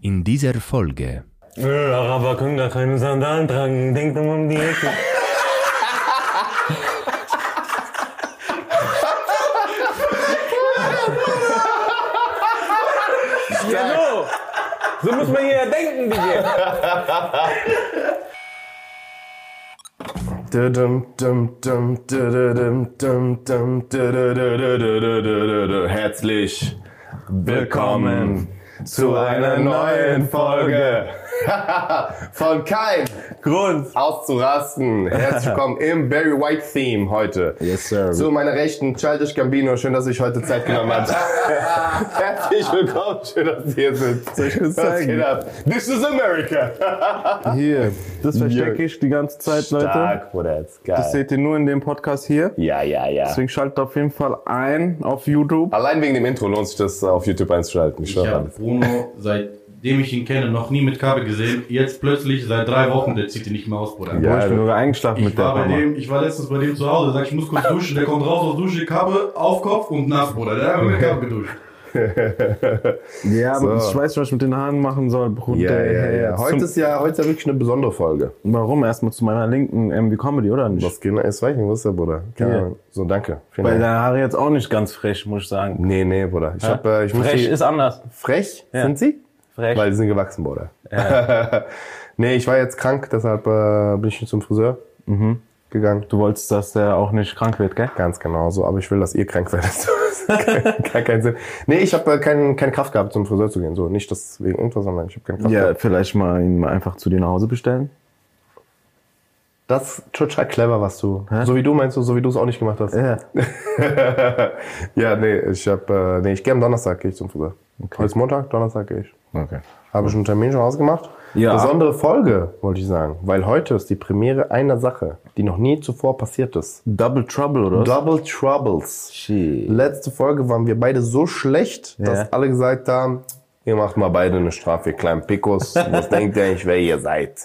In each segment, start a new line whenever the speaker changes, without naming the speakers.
In dieser Folge.
Äh, Araber können gar keine Sandalen tragen. Denkt immer um die Ecke. genau. So muss man hier ja denken, Digga.
Dum, dum, dum, dum, dum, dum, Herzlich willkommen zu einer neuen Folge von Kein Grund auszurasten. Herzlich willkommen im Barry White Theme heute.
Yes, sir.
Zu meiner rechten Childish Gambino. Schön, dass ich heute Zeit genommen habe. Herzlich willkommen. Schön, dass ihr hier sitzt.
Soll ich das
Was
zeigen?
geht ab? This is America.
Hier, das verstecke
Ja.
ich die ganze Zeit, Leute.
Stark, Bruder. Jetzt geil.
Das seht ihr nur in dem Podcast hier.
Äh, Ja, ja, ja.
Deswegen schaltet auf jeden Fall ein auf YouTube.
Allein wegen dem Intro lohnt sich das auf YouTube einzuschalten. Ich
Ich
schwöre.
habe Bruno, seitdem ich ihn kenne, noch nie mit Kabel gesehen. Jetzt plötzlich, seit drei Wochen, der zieht ihn nicht mehr aus, Bruder.
Boah, ich
Alter.
bin sogar eingeschlafen
Ich
mit der
war, bei
Mama.
dem, ich war letztens bei dem zu Hause, sag ich muss kurz duschen, der kommt raus aus Dusche, Kabel auf Kopf und nass, Bruder. Der hat mit Kabel geduscht.
Ja, aber
So.
ich weiß, was ich mit den Haaren machen soll, Bruder.
Ja, ja,
Hey,
ja.
zum-
Heute ist ja, heute ist ja wirklich eine besondere Folge.
Warum? Erstmal zu meiner linken MV Comedy, oder nicht?
Was geht denn? Ist weiß nicht, wusste, Bruder. Keine
Ja.
Ahnung. So, danke. Vielen
Weil
Dank.
deine Haare jetzt auch nicht ganz frech, muss ich sagen.
Nee, nee, Bruder. Ich hab, äh, ich muss
Frech
die-
ist anders.
frech?
Ja.
Sind sie?
Frech.
Weil sie sind gewachsen, Bruder. nee, ich war jetzt krank, deshalb äh, bin ich nicht zum Friseur
Mhm.
gegangen.
du wolltest, dass der auch nicht krank wird, gell?
Ganz genau so, aber ich will, dass ihr krank werdet. Das hat kein- Gar keinen Sinn. Nee, ich habe äh, kein, keine Kraft gehabt, zum Friseur zu gehen. So, nicht das wegen irgendwas, sondern ich habe keine Kraft gehabt.
Ja, vielleicht mal ihn mal einfach zu dir nach Hause bestellen.
Das ist total clever, was du. So wie du meinst du, so wie du es auch nicht gemacht hast.
Ja.
ja, nee, ich hab, äh, nee, ich gehe am Donnerstag gehe ich zum Friseur. Heute ist Montag, Donnerstag gehe ich.
Okay.
Habe ich einen Termin schon ausgemacht.
Ja.
Besondere Folge, wollte ich sagen, weil heute ist die Premiere einer Sache, die noch nie zuvor passiert ist.
Double Trouble, oder? was?
Double Troubles.
Shit.
Letzte Folge waren wir beide so schlecht,
Ja.
dass alle gesagt haben, ihr macht mal beide eine Strafe, ihr kleinen Pickos. Was denkt ihr eigentlich, wer ihr seid?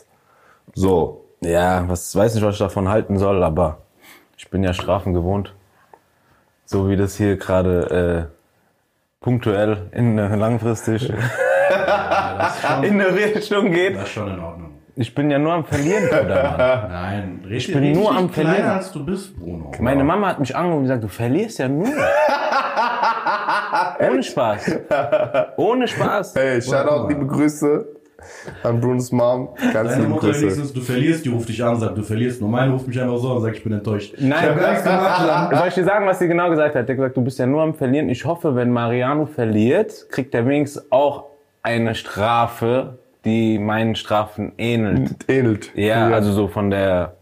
So,
Ja, was weiß nicht, was ich davon halten soll, aber ich bin ja Strafen gewohnt. So wie das hier gerade äh, punktuell in äh, langfristig in eine Richtung geht.
Das ist schon in Ordnung.
Ich bin ja nur am Verlieren, Bruder, Mann.
Nein, richtig, ich
bin nur am Verlieren.
kleiner als du bist, Bruno.
Meine Mama hat mich angerufen und gesagt, du verlierst ja nur. Ohne Spaß. Ohne Spaß.
hey, Shoutout, liebe Grüße an Brunos Mom. Ganz
Deine
liebe
Mutter
Grüße.
wenigstens, du verlierst, die ruft dich an, sagt, du verlierst. Nur meine ruft mich einfach so an und sagt, ich bin enttäuscht.
Nein,
gar nichts gemacht, Mann.
soll ich dir sagen, was sie genau gesagt hat? Die hat gesagt, du bist ja nur am Verlieren. Ich hoffe, wenn Mariano verliert, kriegt der wenigstens auch eine Strafe, die meinen Strafen
Hm.
ähnelt.
Ähnelt.
Ja, also so von der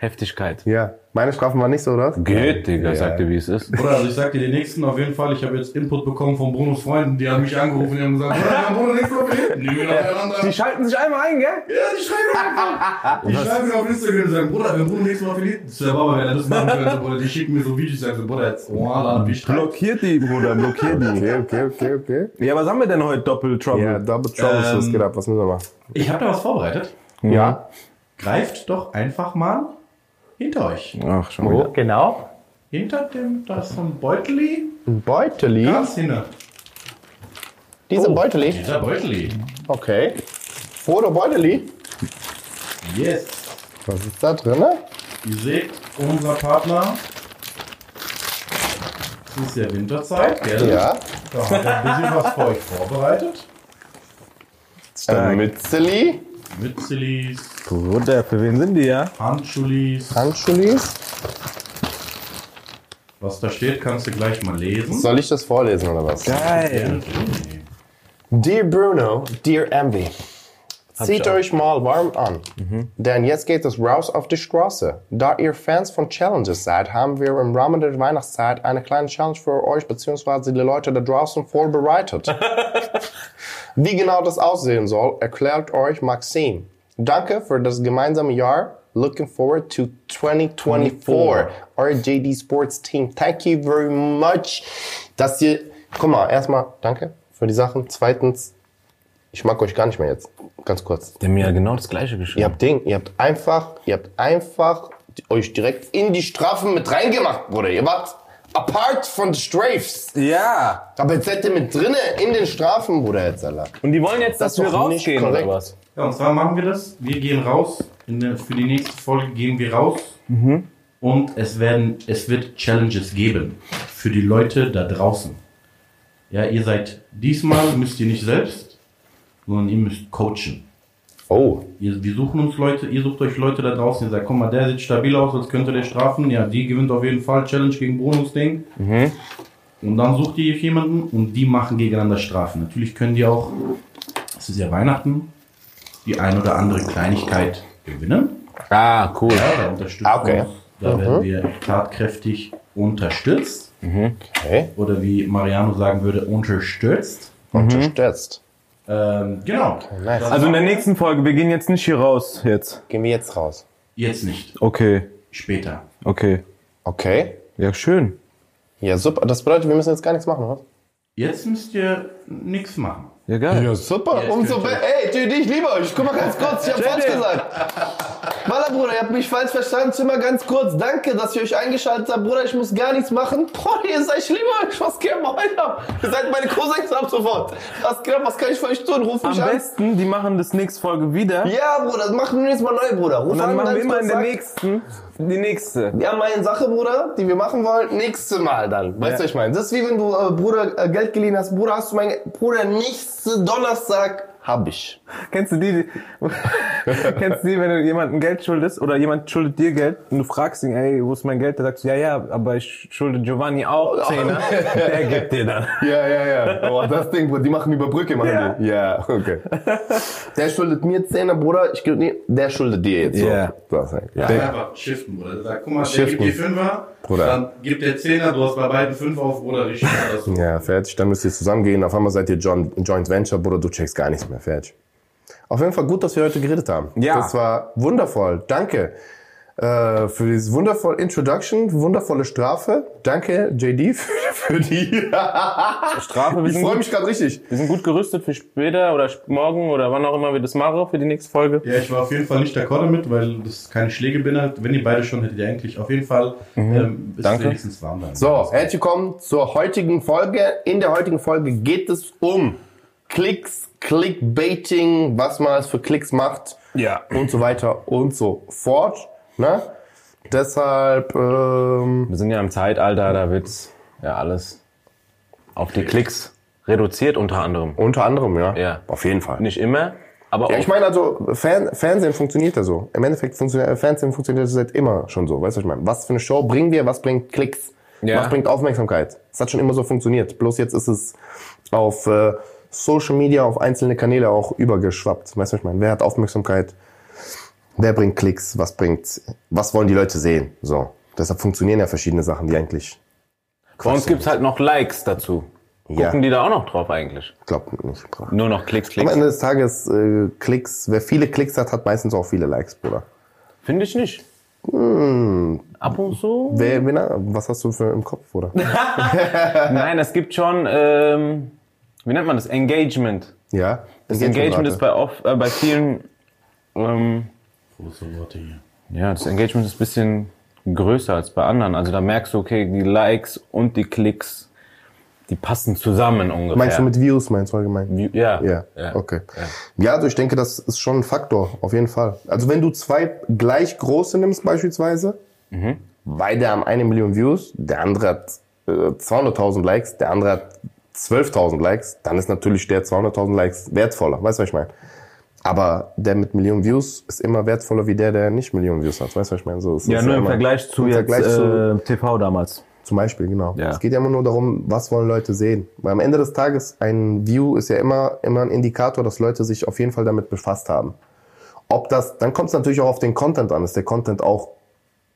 Heftigkeit.
Ja, meine Strafen waren nicht so, oder?
Geht, Digga, sagt ihr, wie es ist.
Bruder, also ich sag dir den nächsten auf jeden Fall, ich habe jetzt Input bekommen von Brunos Freunden, die haben mich angerufen und haben gesagt, Bruder, wir haben Bruno nichts verfehlt. Nehmen wir nacheinander.
Die schalten sich einmal ein, gell?
Ja, die schreiben mir einfach. Die schreiben mir auf Instagram und sagen, Bruder, wenn Bruno nächstes Mal verliert, das ist der Baba, wenn er das machen könnte, Bruder. Die schicken mir so Videos, sagen so, Bruder, jetzt, oh, Alter, wie schreibt
Blockiert die, Bruder, blockiert die.
Okay, okay, okay, okay.
Ja, was haben wir denn heute? Doppel Trouble.
Ja, Double Troubles, was
Ähm,
geht ab? Was müssen wir machen?
Ich habe da was vorbereitet.
Ja.
Greift doch einfach mal hinter euch.
Ach, schon wieder.
genau.
Hinter dem, da ist so ein Beuteli.
Beuteli.
Ganz hinter.
Diese Beuteli.
Dieser Beuteli.
Okay. Foto Beuteli.
Yes.
Was ist da drin? ne?
Ihr seht, unser Partner. Es ist ja Winterzeit, gell?
Ja.
Da hat er ein bisschen was für euch vorbereitet.
Ein Mützeli.
Mützelis,
Bruder, für wen sind die, ja?
Handschulis.
Handschulis.
Was da steht, kannst du gleich mal lesen.
Soll ich das vorlesen oder was?
Geil.
Dear Bruno, dear Envy. Zieht euch mal warm an, denn jetzt geht es raus auf die Straße. Da ihr Fans von Challenges seid, haben wir im Rahmen der Weihnachtszeit eine kleine Challenge für euch bzw. die Leute da draußen vorbereitet. Wie genau das aussehen soll, erklärt euch Maxim. Danke für das gemeinsame Jahr. Looking forward to 2024. Our JD Sports Team. Thank you very much, dass ihr. Guck mal, erstmal danke für die Sachen. Zweitens, ich mag euch gar nicht mehr jetzt. Ganz kurz.
Die haben mir ja genau das gleiche geschrieben.
Ihr habt Ding, ihr habt einfach, ihr habt einfach euch direkt in die Strafen mit reingemacht, Bruder. Ihr wart apart von den Strafes.
Ja.
Aber jetzt seid ihr mit drinne in den Strafen, Bruder Hetzala.
Und die wollen jetzt, dass
Das
wir
ist doch nicht
rausgehen oder
korrekt.
was?
Ja, und zwar machen wir das. Wir gehen raus. In der, für die nächste Folge gehen wir raus. Und es, werden, es wird Challenges geben. Für die Leute da draußen. Ja, ihr seid diesmal, müsst ihr nicht selbst, sondern ihr müsst coachen.
Oh.
Ihr, wir suchen uns Leute, ihr sucht euch Leute da draußen, ihr sagt, guck mal, der sieht stabil aus, als könnte der strafen. Ja, die gewinnt auf jeden Fall Challenge gegen Bonus-Ding.
Mhm.
Und dann sucht ihr jemanden und die machen gegeneinander Strafen. Natürlich können die auch, es ist ja Weihnachten, die ein oder andere Kleinigkeit gewinnen.
Ah, cool.
Ja, da unterstützt
Ah, okay.
uns. Da werden wir tatkräftig unterstützt.
Okay.
Oder wie Mariano sagen würde, unterstützt.
Mhm. Unterstützt.
Ähm, genau.
nice.
Das
Also in der nächsten Folge, wir gehen jetzt nicht hier raus jetzt.
Gehen wir jetzt raus.
Jetzt nicht,
Okay,
später.
okay.
Okay.
Ja, schön.
Ja, super. Das bedeutet, wir müssen jetzt gar nichts machen, oder?
Jetzt müsst ihr nichts machen.
Ja, geil.
Ja, super.
Ja,
Umso
könnte.
besser. Ey, Dude, ich liebe euch. Guck mal ganz kurz, ich hab falsch gesagt. Walla, Bruder, ihr habt mich falsch verstanden. Zimmer ganz kurz. Danke, dass ihr euch eingeschaltet habt. Bruder, ich muss gar nichts machen. Boah, ihr seid, ich liebe euch. Was geht mal ab? Ihr seid meine Cousins ab sofort. Was geht ab? Was kann ich für euch tun? Ruf
Am
mich an.
besten, die machen das nächste Folge wieder.
Ja, Bruder, machen wir jetzt mal neu, Bruder. Ruf
Und dann
an,
machen wir
ganz
immer
kurz,
in der
sag-
nächsten die nächste.
Wir haben eine Sache, Bruder, die wir machen wollen. Nächstes Mal dann. Weißt du, was ich meine? Das ist wie wenn du, äh, Bruder, äh, Geld geliehen hast. Bruder, hast du mein... Bruder, nächste Donnerstag hab ich.
Kennst du die, die kennst du die, wenn du jemandem Geld schuldest oder jemand schuldet dir Geld und du fragst ihn, ey, wo ist mein Geld? Der sagt, ja, ja, aber ich schulde Giovanni auch
Oh.
Zehner. Der gibt dir dann.
Ja, ja, ja. Aber das Ding, Bruder, die machen über Brücke, machen
Ja.
die. Ja, okay. Der schuldet mir Zehner, Bruder. Ich geb nie, der schuldet dir jetzt.
Ja.
So. Das heißt, ja. Der,
Einfach shiften, Bruder. Sag, guck mal,
Shiften.
der gibt dir Fünfer,
Bruder.
dann gibt der Zehner, du hast bei beiden fünf auf, Bruder, richtig. Das so.
ja, fertig. Dann müsst ihr zusammengehen. Auf einmal seid ihr John, Joint Venture, Bruder. Du checkst gar nichts mehr. Fertig. Auf jeden Fall gut, dass wir heute geredet haben.
Ja.
Das war wundervoll. Danke. Äh, für dieses wundervolle Introduction, wundervolle Strafe. Danke, JD, für, für die.
Strafe, wir
ich
sind,
freue
gut,
mich gerade richtig.
wir sind gut gerüstet für später oder sp- morgen oder wann auch immer wir das machen für die nächste Folge.
Ja, ich war auf jeden Fall nicht d'accord damit, weil das keine Schläge bin halt. Wenn ihr beide schon, hättet ihr eigentlich auf jeden Fall ähm, ist
Danke.
wenigstens warm dann.
Mhm. So, herzlich willkommen zur heutigen Folge. In der heutigen Folge geht es um Klicks, Clickbaiting, was man alles für Klicks macht
Ja.
und so weiter und so fort. Ne? Deshalb, ähm,
Wir sind ja im Zeitalter, da wird's ja alles auf die Klicks reduziert unter anderem.
unter anderem, ja.
Ja.
Auf jeden Fall.
Nicht immer, aber
Ja,
auch.
ich meine, also Fan, Fernsehen funktioniert ja so. Im Endeffekt funktioniert äh, Fernsehen funktioniert seit immer schon so. Weißt du, was ich meine? Was für eine Show bringen wir? Was bringt Klicks?
Ja.
Was bringt Aufmerksamkeit? Es hat schon immer so funktioniert. Bloß jetzt ist es auf äh, Social Media, auf einzelne Kanäle auch übergeschwappt. Weißt du, was ich meine? Wer hat Aufmerksamkeit? Wer bringt Klicks? Was bringt? Was wollen die Leute sehen? So. Deshalb funktionieren ja verschiedene Sachen, die eigentlich
Bei uns gibt's halt noch Likes dazu. Gucken
Ja.
die da auch noch drauf eigentlich?
glaubt nicht. Am
Nur noch Klicks, Klicks.
Ende des Tages äh, Klicks. Wer viele Klicks hat, hat meistens auch viele Likes, Bruder.
Finde ich nicht.
Hm.
Ab und zu?
Wer, wen, was hast du für im Kopf, Bruder?
Nein, es gibt schon, ähm, wie nennt man das? Engagement.
Ja.
Das Engagement ist bei, oft, äh, bei vielen, ähm,
Große Worte hier.
ja, das Engagement ist ein bisschen größer als bei anderen. Also da merkst du, okay, die Likes und die Klicks, die passen zusammen ungefähr.
Meinst du mit Views, meinst du allgemein?
View- Ja.
Ja, okay. Ja. also ich denke, das ist schon ein Faktor, auf jeden Fall. Also wenn du zwei gleich große nimmst beispielsweise,
Mhm.
beide haben eine Million Views, der andere hat äh, 200.000 Likes, der andere hat 12.000 Likes, dann ist natürlich der 200.000 Likes wertvoller, weißt du, was ich meine? Aber der mit Millionen Views ist immer wertvoller wie der, der nicht Millionen Views hat, weißt du, was ich meine? So, es
Ja,
ist
nur im
immer-
Vergleich zu
im
jetzt
Vergleich zu-
äh, TV damals.
Zum Beispiel, genau.
Ja.
Es geht ja immer nur darum, was wollen Leute sehen. Weil am Ende des Tages, ein View ist ja immer, immer ein Indikator, dass Leute sich auf jeden Fall damit befasst haben. Ob das, dann kommt es natürlich auch auf den Content an. Ist der Content auch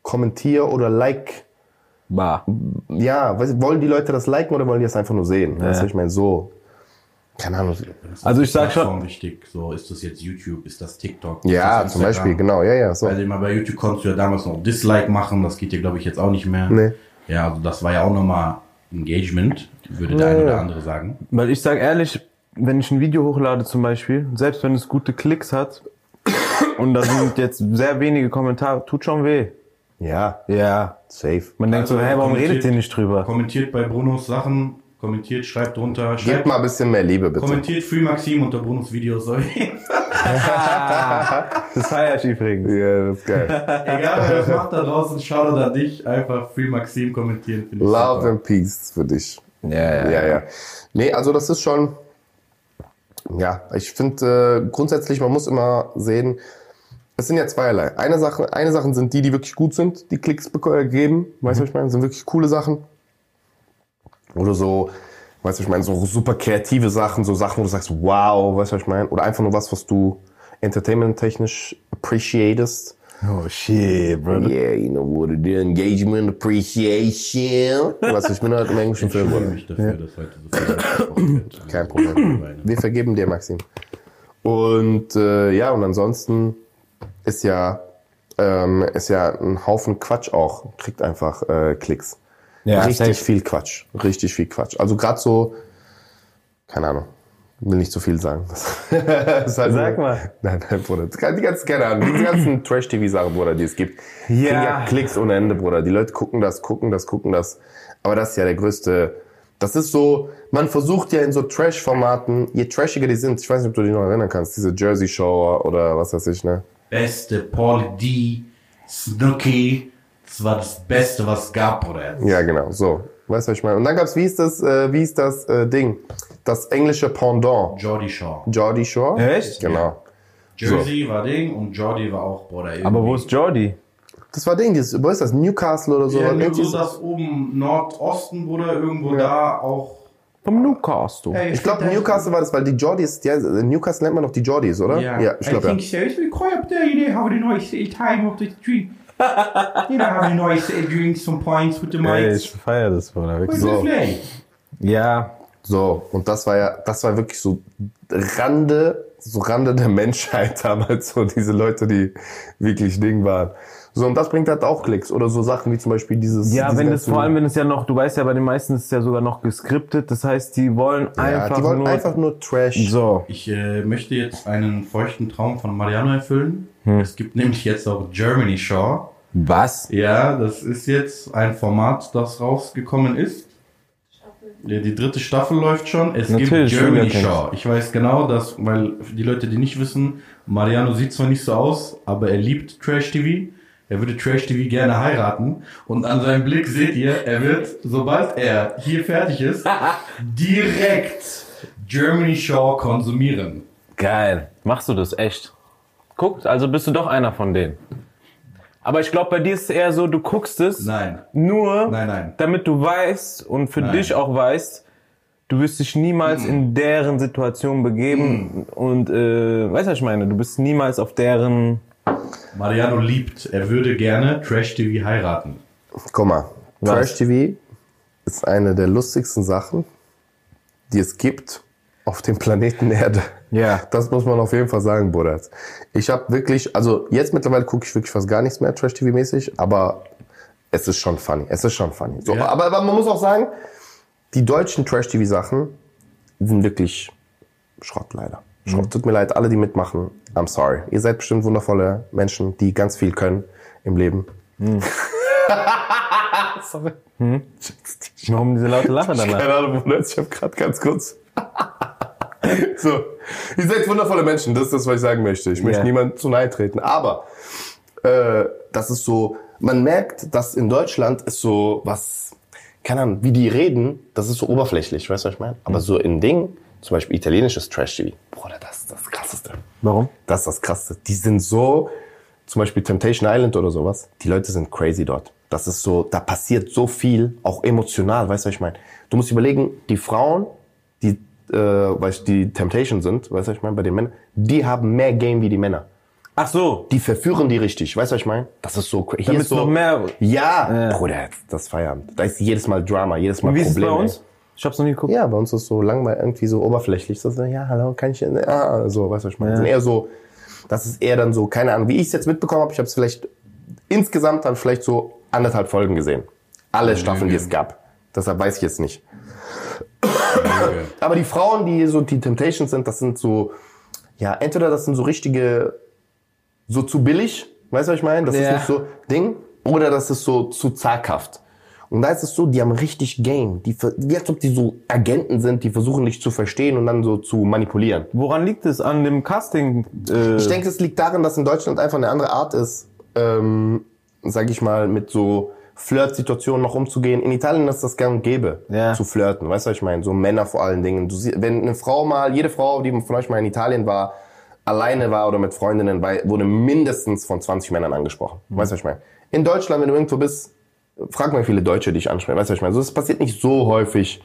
kommentier oder like?
Bah.
Ja, weiß, wollen die Leute das liken oder wollen die das einfach nur sehen? Weißt du, ich meine, so. Keine Ahnung.
Also ich sag
Plattform
schon,
wichtig. So, ist das jetzt YouTube, ist das TikTok?
Ja,
ist das
zum Beispiel, genau,
Instagram?
ja, ja, so.
Also immer bei YouTube konntest du ja damals noch Dislike machen, das geht dir glaube ich jetzt auch nicht mehr.
Nee.
Ja, also das war ja auch nochmal Engagement, würde der eine oder andere sagen.
weil ich sag ehrlich, wenn ich ein Video hochlade zum Beispiel, selbst wenn es gute Klicks hat und da sind jetzt sehr wenige Kommentare, tut schon weh.
Ja,
Ja.
safe.
Man denkt so,
Also,
hey, warum
kommentiert-
redet ihr nicht drüber?
Kommentiert bei Brunos Sachen, kommentiert, schreibt drunter,
Gebt
schreibt,
mal ein bisschen mehr Liebe, bitte.
kommentiert Free Maxim unter Brunos Videos. sorry.
Das feier ich übrigens.
Ja, das ist geil.
Egal, wer das macht da draußen, Shoutout an dich, einfach Free Maxim kommentieren. finde ich
Love
super.
and Peace für dich.
Ja,
Ja, ja. Nee, also das ist schon. Ja, ich finde äh, grundsätzlich, man muss immer sehen, es sind ja zweierlei. Eine Sache, eine Sachen sind die, die wirklich gut sind, die Klicks bek- äh, geben, weißt du, was ich meine? Sind wirklich coole Sachen. Oder so, weißt du, was ich meine, so super kreative Sachen, so Sachen, wo du sagst, wow, weißt du, was ich meine? Oder einfach nur was, was du entertainment-technisch appreciatest.
Oh shit, bro.
Yeah, you know what it is. Engagement, appreciation. Was ich bin halt im englischen Film,
Ich
oder?
freue mich dafür, dass heute so viel gesprochen wird.
Kein Problem. Wir vergeben dir, Maxim. Und äh, ja, und ansonsten ist ja, ähm, ist ja ein Haufen Quatsch auch. Kriegt einfach äh, Klicks.
Ja,
richtig
safe.
viel Quatsch. Richtig viel Quatsch. Also gerade so, keine Ahnung, will nicht zu viel sagen. Das ist halt
Sag
nur-
mal.
Nein, nein, Bruder. Das kann- Die ganzen, keine Ahnung, die ganzen Trash-TV-Sachen, Bruder, die es gibt. kriegen ja
Ja.
Klicks ohne Ende, Bruder. Die Leute gucken das, gucken das, gucken das. Aber das ist ja der größte. Das ist so, man versucht ja in so Trash-Formaten, je trashiger die sind, ich weiß nicht, ob du dich noch erinnern kannst, diese Jersey Show oder was weiß ich, ne?
Beste Paul D. Snooki. Das war das Beste, was es gab, Bruder.
Ja, genau, so. Weißt du, was ich meine? Und dann gab's, wie ist das, äh, wie ist das äh, Ding? Das englische Pendant.
Jordi Shaw.
Geordie Shore?
Echt?
Genau.
Jersey war Ding und Jordi war auch, Bruder. irgendwie.
Aber wo ist Jordi?
Das war Ding, dieses, wo ist das? Newcastle oder so?
ja,
Irgendwie
irgendwo
so-
das oben Nordosten, Bruder, irgendwo da auch.
Vom Newcastle.
Ey,
Ich glaube, Newcastle war das, weil die Geordies, ja, in Newcastle nennt man noch die Geordies, oder?
Yeah.
ja ich glaube
I
ja.
think so. It's been quite up there, you know, having a nice uh, time of the street. you know, having a nice uh, drinks, some pints with the
Ey,
mates.
ich feier das, Bruder. Wirklich.
Where's the
so.
play?
Ja.
So, und das war ja, das war wirklich so Rande, so Rande der Menschheit damals, so diese Leute, die wirklich Ding waren. So, und das bringt halt auch Klicks oder so Sachen wie zum Beispiel dieses.
Ja,
diese
wenn das
ganzen-
vor allem, wenn es ja noch, du weißt ja, bei den meisten ist es ja sogar noch geskriptet. Das heißt, die wollen
ja,
einfach
die wollen
nur.
einfach nur Trash.
so.
Ich äh, möchte jetzt einen feuchten Traum von Mariano erfüllen.
Hm.
Es gibt nämlich jetzt auch Germany Shaw.
Was?
Ja, das ist jetzt ein Format, das rausgekommen ist. Ja, die dritte Staffel läuft schon. Es
Natürlich,
gibt Germany
Julia kennt's.
Shaw. Ich weiß genau, dass, weil die Leute, die nicht wissen, Mariano sieht zwar nicht so aus, aber er liebt Trash TV. Er würde Trash TV gerne heiraten. Und an seinem Blick seht ihr, er wird, sobald er hier fertig ist, direkt Germany Shaw konsumieren.
Geil. Machst du das echt? Guckt, also bist du doch einer von denen. Aber ich glaube, bei dir ist es eher so, du guckst es
Nein.
nur,
Nein, nein.
damit du weißt und für
Nein.
dich auch weißt, du wirst dich niemals in deren Situation begeben und äh, weißt du, was ich meine? Du bist niemals auf deren.
Mariano liebt, er würde gerne Trash TV heiraten.
Guck mal, Trash TV ist eine der lustigsten Sachen, die es gibt auf dem Planeten Erde.
Ja.
Das muss man auf jeden Fall sagen, Bruder. Ich habe wirklich, also jetzt mittlerweile gucke ich wirklich fast gar nichts mehr Trash TV mäßig, aber es ist schon funny. Es ist schon funny. So,
Ja.
aber, aber man muss auch sagen, die deutschen Trash TV Sachen sind wirklich Schrott leider. Schrott. Tut mir leid, alle die mitmachen. I'm sorry. Ihr seid bestimmt wundervolle Menschen, die ganz viel können im Leben.
Warum diese laute Lache danach?
Keine Ahnung, Bruder, ich habe gerade ganz kurz. so, ihr seid wundervolle Menschen, das ist das, was ich sagen möchte. Ich möchte
Ja.
niemandem zu nahe treten, aber äh, das ist so, man merkt, dass in Deutschland ist so was, keine Ahnung, wie die reden, das ist so oberflächlich, weißt du, was ich meine? Aber so in Dingen, zum Beispiel italienisches Trash-TV, Bruder, das ist das Krasseste.
Warum?
Das ist das Krasse. Die sind so, zum Beispiel Temptation Island oder sowas, die Leute sind crazy dort. Das ist so, da passiert so viel, auch emotional, weißt du, was ich meine? Du musst überlegen, die Frauen, die, äh, weißt, du, die Temptation sind, weißt du, was ich meine, bei den Männern, die haben mehr Game wie die Männer.
Ach so.
Die verführen die richtig, weißt du, was ich meine? Das ist so crazy.
Damit's noch mehr-
Ja, Bruder, das ist Feierabend. Da ist jedes Mal Drama, jedes Mal
Wie ist es
Probleme.
bei uns? Ich hab's noch nie geguckt.
Ja, bei uns ist so langweilig, irgendwie so oberflächlich. Das ist so, ja, hallo, kann ich, ah, so, weißt du, was ich meine? Sind eher so, das ist eher dann so, keine Ahnung, wie ich es jetzt mitbekommen habe, ich habe es vielleicht, insgesamt habe ich vielleicht so anderthalb Folgen gesehen. Alle Staffeln, die es gab. Deshalb weiß ich jetzt nicht. Aber die Frauen, die so die Temptations sind, das sind so, ja, entweder das sind so richtige, so zu billig, weißt du, was ich meine? Das
Ja.
ist nicht so Ding. Oder das ist so zu zaghaft. Und da ist es so, die haben richtig Game. Die, ver- wie als ob die so Agenten sind, die versuchen dich zu verstehen und dann so zu manipulieren.
Woran liegt es an dem Casting? Äh,
Ich denke, es liegt daran, dass in Deutschland einfach eine andere Art ist, ähm, sag ich mal, mit so Flirt-Situationen noch umzugehen. In Italien ist das gang und gäbe,
Ja.
zu flirten. Weißt du, was ich meine? So Männer vor allen Dingen. Du sie, wenn eine Frau mal, jede Frau, die von euch mal in Italien war, alleine war oder mit Freundinnen, war, wurde mindestens von 20 Männern angesprochen.
Mhm.
Weißt du, was ich meine? In Deutschland, wenn du irgendwo bist, frag mal wie viele Deutsche dich ansprechen. Weißt du, was ich meine? So, es passiert nicht so häufig,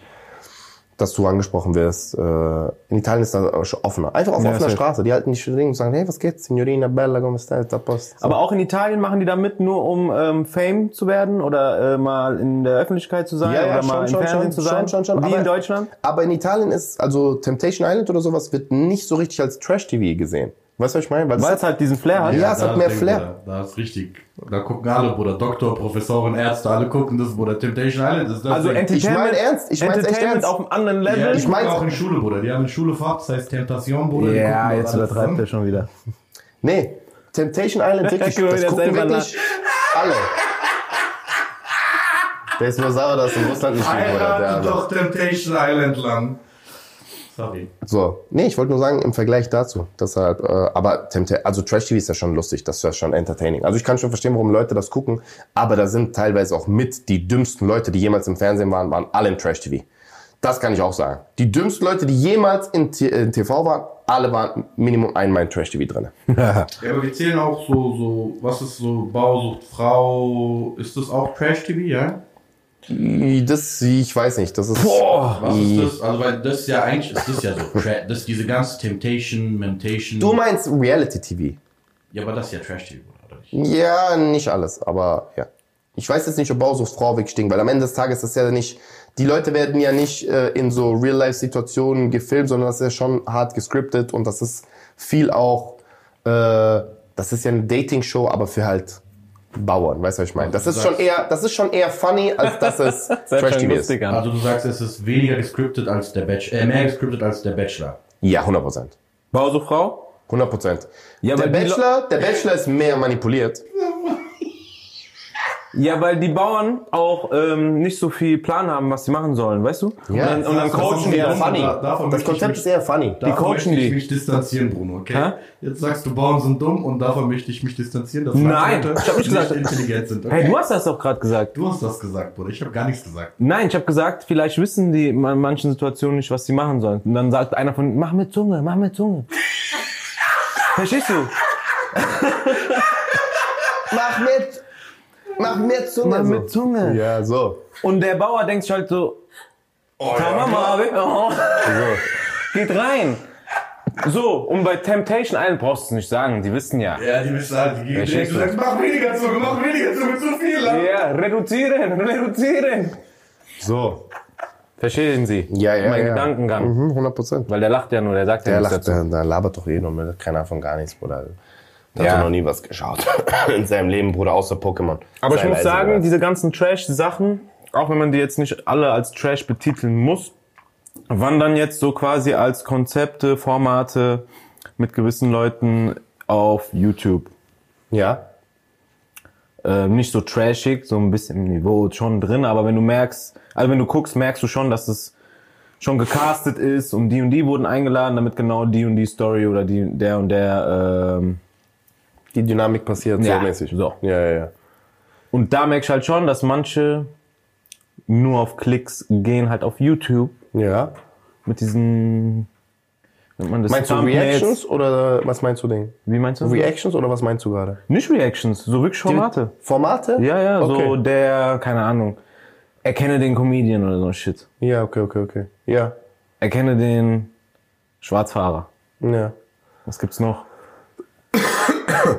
dass du angesprochen wirst. Äh, in Italien ist das aber schon offener. Einfach auf offener
safe.
Straße. Die halten dich drin und sagen, hey, was geht's? Signorina Bella, come stai? Da post.
aber auch in Italien machen die da mit, nur um ähm, Fame zu werden oder äh, mal in der Öffentlichkeit zu sein
Ja, ja,
oder mal
schon,
im
schon,
Fernsehen
schon,
zu sein.
schon, schon, schon.
Wie in
Aber-
Deutschland?
Aber in Italien ist, also Temptation Island oder sowas wird nicht so richtig als Trash-TV gesehen. Weißt du, was ich meine? Weil das
Weil es halt diesen Flair hat.
Ja, es
da
hat mehr
ist-
Flair.
Bruder, Da ist richtig. Da gucken alle, Bruder. Doktor, Professoren, Ärzte, alle gucken das, Bruder. Temptation Island ist das.
Also
Ding.
Entertainment,
mein ernst, ich mein's echt
Entertainment
ernst.
auf einem anderen
ja,
Level.
ich
ich mein's-
meine auch in Schule, Bruder. Die haben eine Schule gehabt, das heißt Temptation, Bruder. Die gucken das alles an.
er schon wieder.
Nee, Temptation Island wirklich,
Guck mal,
das
der
gucken
selber
wirklich alle. Der ist nur sauer, dass in Russland nicht gegeben wurde. Der
Heiraten
andere.
doch Temptation Island lang. Sorry.
So, nee, ich wollte nur sagen, im Vergleich dazu, deshalb, äh, aber Tempt also Trash-TV ist ja schon lustig, das ist ja schon entertaining. Also ich kann schon verstehen, warum Leute das gucken, aber da sind teilweise auch mit die dümmsten Leute, die jemals im Fernsehen waren, waren alle im Trash-TV. Das kann ich auch sagen. Die dümmsten Leute, die jemals in, T äh, in TV waren, alle waren Minimum einmal in Trash-TV drinne.
Ja, aber wir zählen auch so, so, was ist so, Bausucht, Frau, ist das auch Trash-TV, ja?
Das, ich weiß nicht, das ist...
Was ist das? Also, weil das ist ja eigentlich, ist das ja so, Tra- das ist diese ganze Temptation, Mentation.
Du meinst Reality-TV?
ja, aber das ist ja Trash-TV, Bruder, oder nicht?
Ja, nicht alles, aber ja. Ich weiß jetzt nicht, ob Bausucht Frau wegstinkt, weil am Ende des Tages ist das ja nicht, die Leute werden ja nicht äh, in so Real-Life-Situationen gefilmt, sondern das ist ja schon hart gescriptet und das ist viel auch, äh, das ist ja eine Dating-Show, aber für halt Bauern, weißt du, was ich meine? Das
du
Also
ist schon
sagst-
eher, das ist schon eher funny, als dass es Trash-TV ist.
Also, du sagst, es ist weniger gescriptet als der Bachelor, äh, mehr gescriptet als der Bachelor.
Ja, 100 Prozent.
Bausuchfrau?
100 Prozent.
Ja,
der
aber die Lo-
Bachelor, der Bachelor ist mehr manipuliert.
Ja, weil die Bauern auch ähm, nicht so viel Plan haben, was sie machen sollen, weißt du?
Ja,
und dann, und dann
das ist
coachen die
ja
das.
davon-
funny.
davon
das
möchte ich
Konzept
mich-
ist eher funny.
Davon
coachen
möchte ich
die.
mich distanzieren, Bruno, okay?
Hä?
Jetzt sagst du, Bauern sind dumm und davon möchte ich mich distanzieren, dass
Nein,
Leute
ich hab nicht gesagt-
intelligent sind. Okay?
Hey, du hast das doch gerade gesagt.
du hast das gesagt, Bruder. Ich habe gar nichts gesagt.
Nein, ich habe gesagt, vielleicht wissen die in manchen Situationen nicht, was sie machen sollen. Und dann sagt einer von, mach mit Zunge, mach mit Zunge. Verstehst du?
Mach mit! Mach mit Zunge!
Mach mit Zunge.
Also, Ja, so.
Und der Bauer denkt sich halt so,
Oh,
"Ta Mama, weg, oh, geht rein. So, und bei Temptation Island brauchst du es nicht sagen, die wissen ja.
Ja, die wissen alle, die gehen direkt
Verstehst
und sagen, mach weniger Zunge, mach weniger Zunge, zu viel.
Ja,
Alter."
reduzieren, reduzieren.
So.
Verstehen Sie?
Ja, ja,
Mein
ja.
Gedankengang.
Mhm, 100 Prozent.
Weil der lacht ja nur, der sagt ja
Der
nichts
lacht,
dazu.
der, der labert doch eh nur mit. Keiner von gar nichts, Bruder. Der
Ja.
hat doch noch nie was geschaut. In seinem Leben, Bruder, außer Pokémon.
Aber ich
Sei
muss
leise,
sagen,
Bruder.
diese ganzen Trash-Sachen, auch wenn man die jetzt nicht alle als Trash betiteln muss, wandern jetzt so quasi als Konzepte, Formate mit gewissen Leuten auf YouTube.
Ja.
äh, nicht so trashig, so ein bisschen im Niveau schon drin, aber wenn du merkst, also wenn du guckst, merkst du schon, dass es schon gecastet ist und die und die wurden eingeladen, damit genau die und die Story oder die der und der ähm,
Die Dynamik passiert
Ja,
so mäßig.
so.
Ja, ja, ja.
und da merkst du halt schon, dass manche nur auf Klicks gehen halt auf YouTube
Ja.
mit diesen nennt man das
Meinst du
Thumbnails.
Reactions oder was meinst du Ding?
Wie meinst du?
Reactions oder was meinst du gerade?
nicht Reactions, so wirklich Formate.
Formate?
Ja, ja, so
Okay.
der keine Ahnung. Erkenne den Comedian oder so ein Shit.
Ja, okay, okay, okay. Ja.
Erkenne den Schwarzfahrer.
Ja.
Was gibt's noch?
Ja,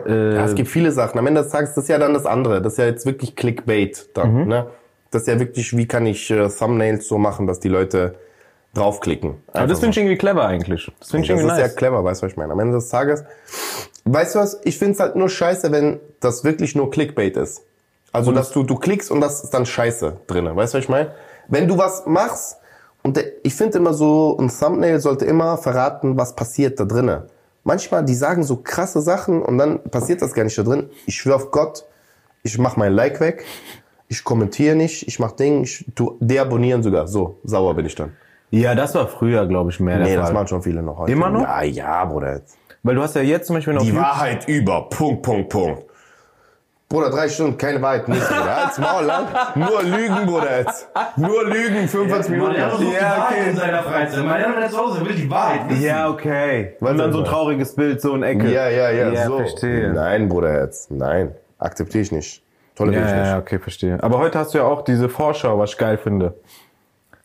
Äh,
es gibt viele Sachen. Am Ende des Tages, das ist ja dann das andere. Das ist ja jetzt wirklich Clickbait dann,
Mhm.
ne? Das ist ja wirklich, wie kann ich äh, Thumbnails so machen, dass die Leute draufklicken.
Aber das
Einfach
finde ich irgendwie clever eigentlich. Also Das finde ich
Das
irgendwie
ist ja
nice.
clever, weißt du, was ich meine? Am Ende des Tages, weißt du was, ich find's halt nur scheiße, wenn das wirklich nur Clickbait ist. Also,
Mhm.
dass du, du klickst und das ist dann scheiße drinne, weißt du, was ich meine? Wenn du was machst, und der, ich finde immer so, ein Thumbnail sollte immer verraten, was passiert da drinne. Manchmal, die sagen so krasse Sachen und dann passiert das gar nicht da drin. Ich schwör auf Gott, ich mache mein Like weg, ich kommentiere nicht, ich mache Dinge, ich tu deabonnieren sogar. So, sauer bin ich dann.
Ja, das war früher, glaube ich, mehr
Nee,
der
das
Fall.
machen schon viele noch heute.
Immer noch?
Ja, ja, Bruder.
Weil du hast ja jetzt zum Beispiel noch
Die Wahrheit über. Punkt, Punkt, Punkt. Bruder, drei Stunden, keine Wahrheit, nichts, Bruder. Halt's Maul lang. Nur Lügen, Bruder. Jetzt. Nur Lügen, 25 Minuten.
Mariano sucht die Wahrheit in seiner Freizeit. Mariano, wenn er zu Hause will, die Wahrheit wissen.
Ja, okay.
Warte
Und dann so ein
mal.
trauriges Bild, so in Ecke.
Ja, ja, ja, so.
verstehe.
Nein, Bruder, jetzt. Nein. Akzeptiere ich nicht.
Ja,
Toleriere ich
ja,
nicht.
ja, okay, verstehe. Aber heute hast du ja auch diese Vorschau, was ich geil finde.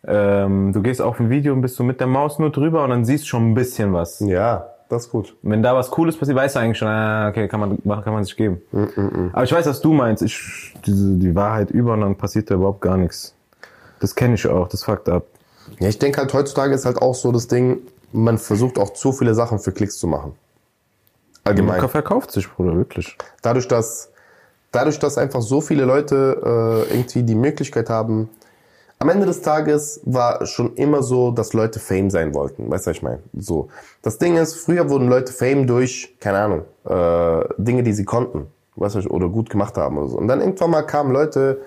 Ähm, du gehst auf ein Video und bist so mit der Maus nur drüber und dann siehst schon ein bisschen was.
Ja, das ist gut.
Wenn da was Cooles passiert, weißt du eigentlich schon, ah, okay, kann man, machen, kann man sich geben. Aber ich weiß, was du meinst. Ich, diese, die Wahrheit über und dann passiert da überhaupt gar nichts. Das kenne ich auch, das fuckt ab.
Ja, ich denke halt, heutzutage ist halt auch so das Ding, man versucht auch zu viele Sachen für Klicks zu machen. Allgemein.
Man verkauft sich, Bruder, wirklich.
dadurch, dass, dadurch, dass einfach so viele Leute äh, irgendwie die Möglichkeit haben, am Ende des Tages war schon immer so, dass Leute Fame sein wollten. Weißt du, was ich meine? So. Das Ding ist, früher wurden Leute Fame durch, keine Ahnung, äh, Dinge, die sie konnten. Weißt du, was ich- oder gut gemacht haben oder so. Und dann irgendwann mal kamen Leute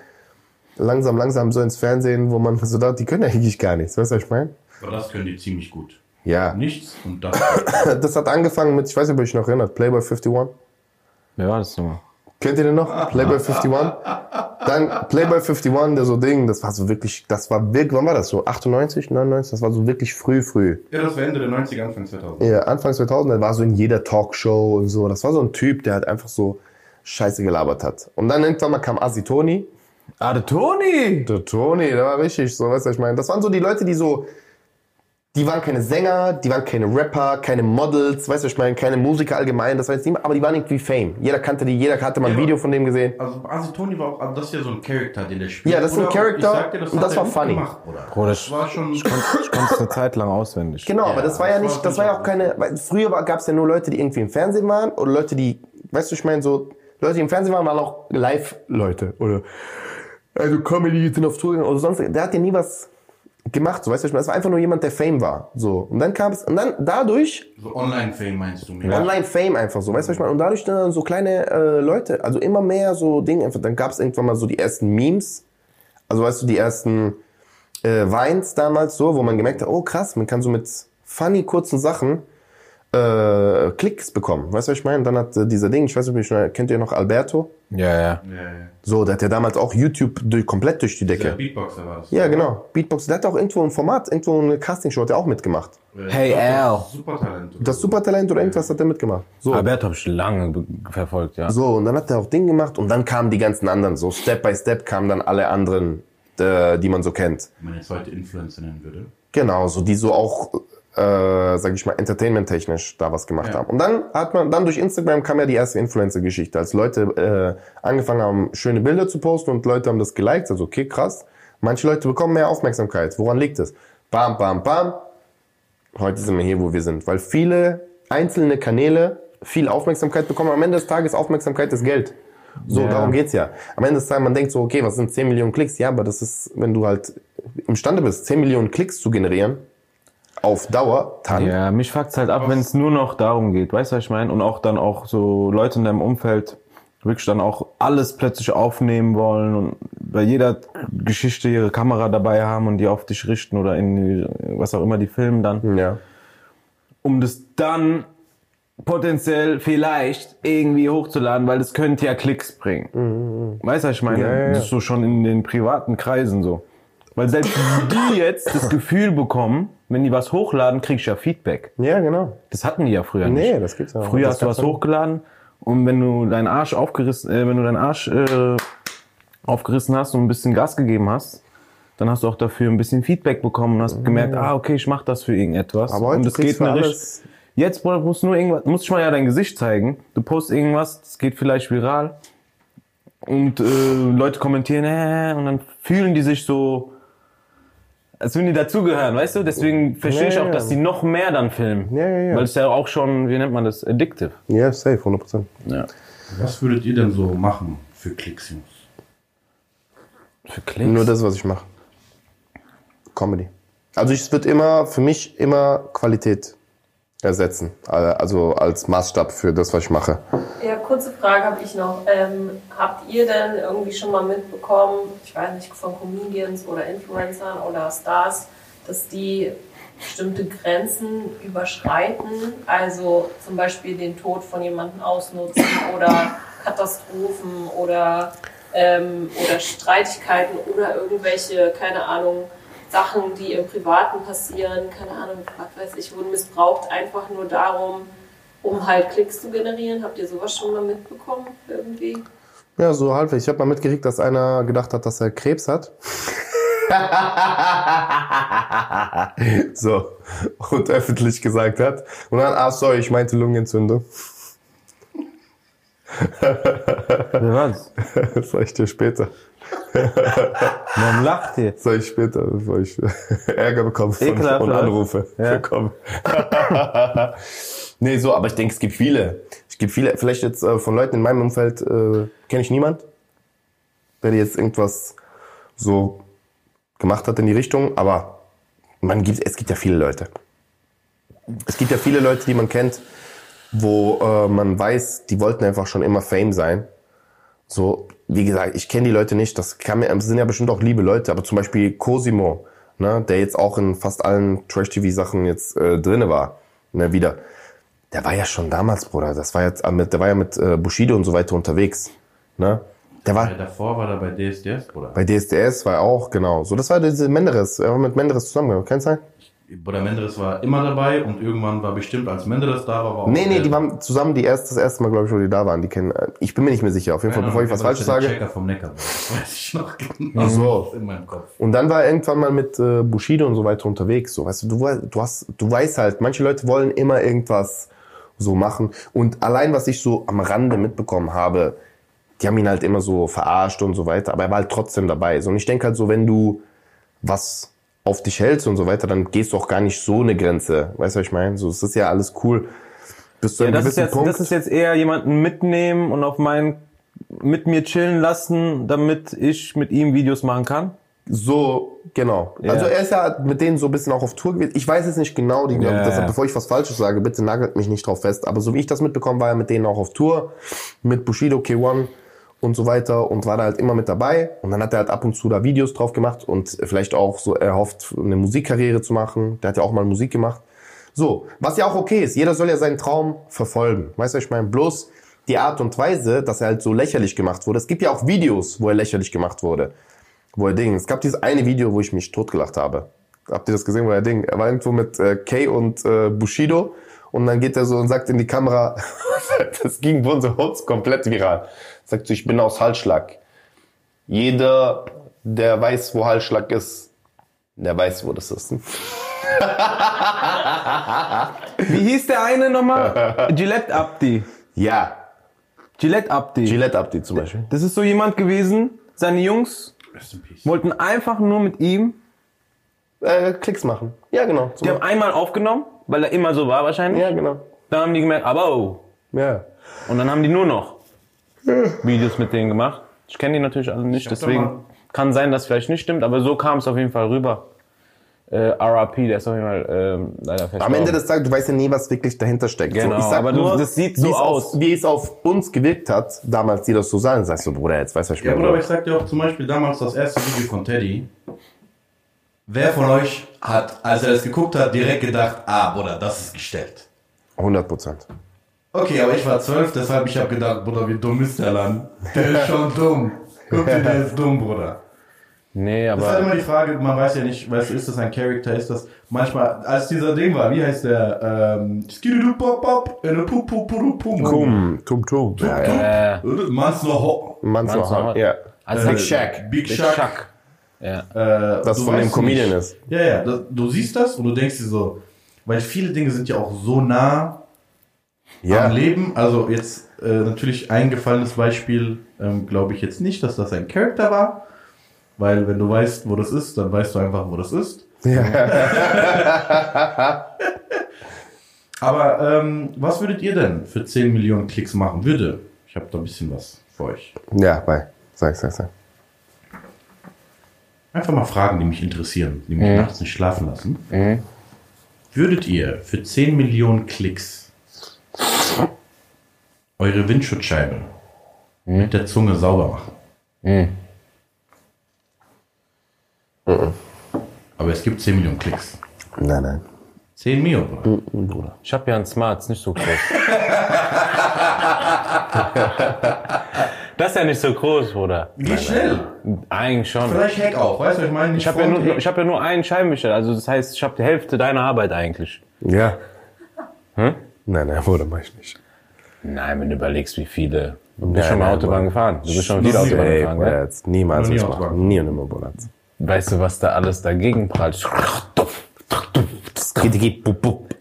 langsam, langsam so ins Fernsehen, wo man so dachte, die können eigentlich gar nichts. Weißt du, was ich meine?
Aber das können die ziemlich gut.
Ja.
Nichts und das.
Das hat angefangen mit, ich weiß nicht, ob ihr euch noch erinnert, Playboy 51.
Wer war das nochmal?
Kennt ihr den noch? Playboy 51? Dann Playboy 51, der so Ding, das war so wirklich, das war wirklich, wann war das so? 98, 99? Das war so wirklich früh, früh.
Ja, das war Ende der 90er, Anfang 2000.
Ja, Anfang 2000, er war so in jeder Talkshow und so. Das war so ein Typ, der halt einfach so Scheiße gelabert hat. Und dann irgendwann mal kam Asi Toni.
Ah, der Toni!
Der Toni, der war richtig, so, weißt du, was ich meine? Das waren so die Leute, die so, die waren keine Sänger, die waren keine Rapper, keine Models, weißt du, was ich meine? Keine Musiker allgemein, das weiß niemand, aber die waren irgendwie Fame. Jeder kannte die, jeder hatte mal ein
Ja.
Video von dem gesehen.
Also Asi Toni war auch, also das ist ja so ein Charakter, den der spielt.
Ja, das ist ein
Bruder,
Charakter
ich sag dir,
und
hat
das
er
war
gut
funny.
Gemacht, Bruder.
Bruder,
das war schon.
Ich konnte es eine Zeit lang auswendig.
Genau, aber das war ja
das war
nicht, das war ja auch keine, weil früher gab es ja nur Leute, die irgendwie im Fernsehen waren oder Leute, die, weißt du, ich meine, so, Leute, die im Fernsehen waren, waren auch Live-Leute oder, also Comedy, die sind auf Tour gegangen oder sonst, der hat ja nie was gemacht, so, weißt du, ich meine, das war einfach nur jemand, der Fame war, so. Und dann kam es, und dann dadurch
So Online-Fame meinst du mir?
Online-Fame einfach so, weißt du, was ich meine? Und dadurch dann so kleine äh, Leute, also immer mehr so Dinge, einfach, dann gab es irgendwann mal so die ersten Memes, also weißt du, die ersten äh, Vines damals so, wo man gemerkt hat, oh krass, man kann so mit funny kurzen Sachen äh, Klicks bekommen, weißt du, was ich meine? Dann hat äh, dieser Ding, ich weiß nicht, ob ihr schon- kennt ihr noch Alberto?
Ja, ja.
Ja, ja.
So, der hat ja damals auch YouTube durch, komplett durch die
Der
Decke.
Beatboxer war das.
Ja, genau. Beatbox, der hat auch irgendwo ein Format, irgendwo eine Castingshow hat er auch mitgemacht.
Äh,
Hey, Al.
Super Talent.
Das Supertalent oder irgendwas hat er mitgemacht. So.
Alberto habe ich lange be- verfolgt, ja.
So, und dann hat er auch Ding gemacht und dann kamen die ganzen anderen. So Step by Step kamen dann alle anderen, äh, die man so kennt.
Wenn man jetzt heute Influencer nennen würde.
Genau, so die so auch, äh, sag ich mal, entertainment-technisch da was gemacht
Ja.
haben. Und dann hat man, dann durch Instagram kam ja die erste Influencer-Geschichte, als Leute äh, angefangen haben, schöne Bilder zu posten und Leute haben das geliked. Also, okay, krass. Manche Leute bekommen mehr Aufmerksamkeit. Woran liegt es? Bam, bam, bam. Heute sind wir hier, wo wir sind. Weil viele einzelne Kanäle viel Aufmerksamkeit bekommen. Am Ende des Tages Aufmerksamkeit ist Geld. So,
Ja.
darum geht's ja. Am Ende des Tages, man denkt so, okay, was sind 10 Millionen Klicks? Ja, aber das ist, wenn du halt imstande bist, 10 Millionen Klicks zu generieren, auf Dauer, dann,
Ja, mich fuckt's halt ab, wenn es nur noch darum geht, weißt du, was ich meine? Und auch dann auch so Leute in deinem Umfeld wirklich dann auch alles plötzlich aufnehmen wollen und bei jeder Geschichte ihre Kamera dabei haben und die auf dich richten oder in die, was auch immer die filmen dann,
ja.
um das dann potenziell vielleicht irgendwie hochzuladen, weil das könnte ja Klicks bringen. Weißt du, was ich meine?
Mhm, ja, ja.
Das ist so schon in den privaten Kreisen so. Weil selbst die jetzt das Gefühl bekommen, wenn die was hochladen, krieg ich ja Feedback.
Ja, genau.
Das hatten die ja früher nicht.
Nee, das gibt's ja auch.
Früher
Das
hast du
gab's
was hochgeladen und wenn du deinen Arsch aufgerissen, äh, wenn du deinen Arsch äh, aufgerissen hast und ein bisschen Gas gegeben hast, dann hast du auch dafür ein bisschen Feedback bekommen und hast gemerkt, ah, okay, ich mache das für irgendetwas.
Mhm. Aber heute
und das
kriegst
geht
du
mir richtig-
alles.
Jetzt Bruder, musst du nur irgendwas, musst ich mal ja dein Gesicht zeigen. Du postest irgendwas, das geht vielleicht viral und äh, Leute kommentieren äh, und dann fühlen die sich so, als würden die dazugehören, weißt du? Deswegen verstehe
Ja,
ich
ja,
auch,
ja.
dass die noch mehr dann filmen.
Ja, ja, ja.
Weil es ja auch schon, wie nennt man das, addictive.
Ja, safe, 100%.
Ja.
Was würdet ihr denn so machen für Klicks, Jungs?
Für Klicks.
Nur das, was ich mache. Comedy. Also ich- es wird immer, für mich immer Qualität ersetzen. Also als Maßstab für das, was ich mache.
Ja, kurze Frage habe ich noch. Ähm, habt ihr denn irgendwie schon mal mitbekommen, ich weiß nicht, von Comedians oder Influencern oder Stars, dass die bestimmte Grenzen überschreiten? Also zum Beispiel den Tod von jemandem ausnutzen oder Katastrophen oder, ähm, oder Streitigkeiten oder irgendwelche, keine Ahnung, Sachen, die im Privaten passieren, keine Ahnung, was weiß ich, wurden missbraucht, einfach nur darum, um halt Klicks zu generieren. Habt ihr sowas schon mal mitbekommen irgendwie?
Ja, so halbwegs. Ich habe mal mitgekriegt, dass einer gedacht hat, dass er Krebs hat. so. Und öffentlich gesagt hat. Und dann, ah, sorry, ich meinte Lungenentzündung.
Wer war's?
Das sag ich dir später.
Warum lacht ihr?
Das sag ich später, bevor ich Ärger bekomme von, und
Ekelhaft, oder?
Anrufe
Ja.
bekomme. nee, so, aber ich denke, es gibt viele. Es gibt viele, vielleicht jetzt äh, von Leuten in meinem Umfeld äh, kenne ich niemand, der jetzt irgendwas so gemacht hat in die Richtung, aber man gibt, es gibt ja viele Leute. Es gibt ja viele Leute, die man kennt, wo äh, man weiß, die wollten einfach schon immer Fame sein. So, wie gesagt, ich kenne die Leute nicht, das kann mir, es sind ja bestimmt auch liebe Leute, aber zum Beispiel Cosimo, ne, der jetzt auch in fast allen Trash-TV-Sachen jetzt äh, drinne war, ne, wieder. Der war ja schon damals, Bruder, das war jetzt, äh, mit, der war ja mit äh, Bushido und so weiter unterwegs, ne. Der war,
Ja, davor war er bei DSDS, oder?
bei DSDS war er auch, genau. So, das war diese Menderes, er war mit Menderes zusammengegangen, kann es sein?
Bruder Menderes war immer dabei und irgendwann war bestimmt, als Menderes da war, war auch
Nee, nee,
der-
die waren zusammen die erst, das erste Mal, glaube ich, wo die da waren. Die kennen, äh, ich bin mir nicht mehr sicher. Auf jeden Fall,
Keine
bevor ich was
Ahnung, aber
Falsches
der
sage.
Checker vom Neckar, das weiß ich noch genau.
Ach so.
In meinem Kopf.
Und dann war er irgendwann mal mit äh, Bushido und so weiter unterwegs. So, weißt du, du, wei- du hast, du weißt halt, manche Leute wollen immer irgendwas so machen. Und allein, was ich so am Rande mitbekommen habe, die haben ihn halt immer so verarscht und so weiter. Aber er war halt trotzdem dabei. So, und ich denke halt so, wenn du was auf dich hältst und so weiter, dann gehst du auch gar nicht so eine Grenze. Weißt du, was ich meine? So, es ist ja alles cool. Bis zu
Ja,
einem
das, ist
gewissen
jetzt,
Punkt.
das ist jetzt eher jemanden mitnehmen und auf meinen mit mir chillen lassen, damit ich mit ihm Videos machen kann.
So, genau.
Ja.
Also er ist ja mit denen so ein bisschen auch auf Tour gewesen. Ich weiß jetzt nicht genau, die,
Ja,
deshalb,
ja.
bevor ich was Falsches sage, bitte nagelt mich nicht drauf fest. Aber so wie ich das mitbekommen, war er mit denen auch auf Tour, mit Bushido, K1 und so weiter und war da halt immer mit dabei. Und dann hat er halt ab und zu da Videos drauf gemacht und vielleicht auch so erhofft, eine Musikkarriere zu machen. Der hat ja auch mal Musik gemacht. So, was ja auch okay ist. Jeder soll ja seinen Traum verfolgen. Weißt du, was ich meine? Bloß die Art und Weise, dass er halt so lächerlich gemacht wurde. Es gibt ja auch Videos, wo er lächerlich gemacht wurde. Wo er Ding. Es gab dieses eine Video, wo ich mich totgelacht habe. Habt ihr das gesehen, wo er Ding? Er war irgendwo mit äh, Kay und äh, Bushido und dann geht er so und sagt in die Kamera, das ging bei uns im Haus komplett viral. Sagt so, ich bin aus Halsschlag. Jeder, der weiß, wo Halsschlag ist, der weiß, wo das ist.
Wie hieß der eine nochmal? Gillette Abdi.
Ja,
Gillette Abdi.
Gillette Update zum Beispiel.
Das ist so jemand gewesen, seine Jungs
Rest in peace.
wollten einfach nur mit ihm.
Äh, Klicks machen. Ja, genau. Zum
Die haben einmal aufgenommen, weil er immer so war wahrscheinlich.
ja, genau.
Dann haben die gemerkt, aber oh.
Ja.
Und dann haben die nur noch Videos mit denen gemacht. Ich kenne die natürlich alle nicht,
hab da mal-
deswegen kann sein, dass vielleicht nicht stimmt, aber so kam es auf jeden Fall rüber. Äh, RRP, der ist auf jeden Fall ähm, leider fest.
Am Ende des Tages, du weißt ja nie, was wirklich dahinter steckt.
Genau, aber du- das sieht so
wie es
aus.
Auf, wie es auf uns gewirkt hat, damals, die das so sahen. Sagst du, Bruder, jetzt weißt du, was ich
Ja,
meine.
Bruder, aber ich sag dir auch zum Beispiel damals das erste Video von Teddy. Wer von euch hat, als er das geguckt hat, direkt gedacht, ah, Bruder, das ist gestellt.
100 Prozent.
Okay, aber ich war zwölf, deshalb ich habe gedacht, Bruder, wie dumm ist der Land? Der ist schon dumm. Guck dir, der ist dumm, Bruder.
nee,
Das ist halt
aber
immer die Frage, man weiß ja nicht, weißt, du, ist das ein Charakter, ist das manchmal, als dieser Ding war, wie heißt der, ähm, Skididoo pop pop, in a poop poop poop poop
Tum, tum, tum. Ja, ja.
äh,
Manslor
Man's noch
Man's noch-
hart. Ja.
Also-
Big Shaq.
Big
Big
Shaq.
Shaq. Ja.
Äh,
Das
du
von dem
weißt
Comedian
nicht.
ist.
Ja, ja, das, du siehst das und du denkst dir so, weil viele Dinge sind ja auch so nah am
Ja.
Leben. Also jetzt äh, natürlich ein gefallenes Beispiel, ähm, glaube ich jetzt nicht, dass das ein Charakter war, weil wenn du weißt, wo das ist, dann weißt du einfach, wo das ist. Aber ähm, was würdet ihr denn für 10 Millionen Klicks machen würde? Ich habe da ein bisschen was für euch.
Ja, bei. Sag, sag, sag.
Mhm.
Einfach mal Fragen, die mich interessieren, die mich nachts nicht schlafen lassen. Würdet ihr für 10 Millionen Klicks eure Windschutzscheibe
Mhm.
mit der Zunge sauber machen? Mhm. Aber es gibt 10 Millionen Klicks.
Nein, nein.
10 Millionen, Bruder.
Ich habe ja einen Smart, ist nicht so groß. das ist ja nicht so groß, Bruder.
Geh schnell.
Eigentlich schon.
Vielleicht Heck auf, weißt du, was ich meine?
Ich habe ja, nur- ich hab ja nur einen Scheibenwischer, also das heißt, ich habe die Hälfte deiner Arbeit eigentlich.
Ja. Hm? Nein, nein, Bruder, mach ich nicht.
Nein, wenn du überlegst, wie viele. Du bist
Nein,
schon mal
nein,
Autobahn
Bruder.
gefahren. Du bist schon wieder
Noch nie.
Autobahn
Ey,
gefahren,
Bruder,
ne?
jetzt niemals
Noch nie
was
auf
machen.
Wacken.
Nie und immer, Bruder.
Weißt du, was da alles dagegen prallt?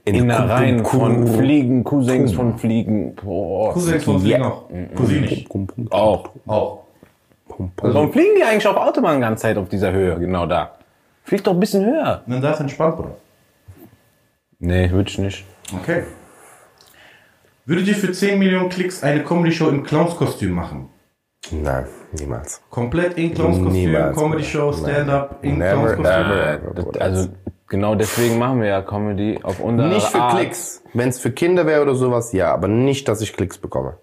Innereien von Fliegen, Cousins von Fliegen. Boah.
Cousins von Fliegen auch.
Mhm.
Cousin nicht.
Auch.
Auch.
Warum fliegen die eigentlich auf Autobahn die ganze Zeit auf dieser Höhe? Genau da. Flieg doch ein bisschen höher.
Dann sei es entspannt, Bruder.
Nee, würde ich nicht.
Okay. Würdet ihr für 10 Millionen Klicks eine Comedy-Show im Clownskostüm machen?
Nein, niemals.
Komplett in Clownskostüm,
Niemals,
Comedy-Show,
Bruder.
Stand-up, in
Never,
Clownskostüm.
never.
Äh, das, also, genau deswegen machen wir ja Comedy auf unsere
Nicht für
Art.
Klicks. Wenn es für Kinder wäre oder sowas, ja, aber nicht, dass ich Klicks bekomme.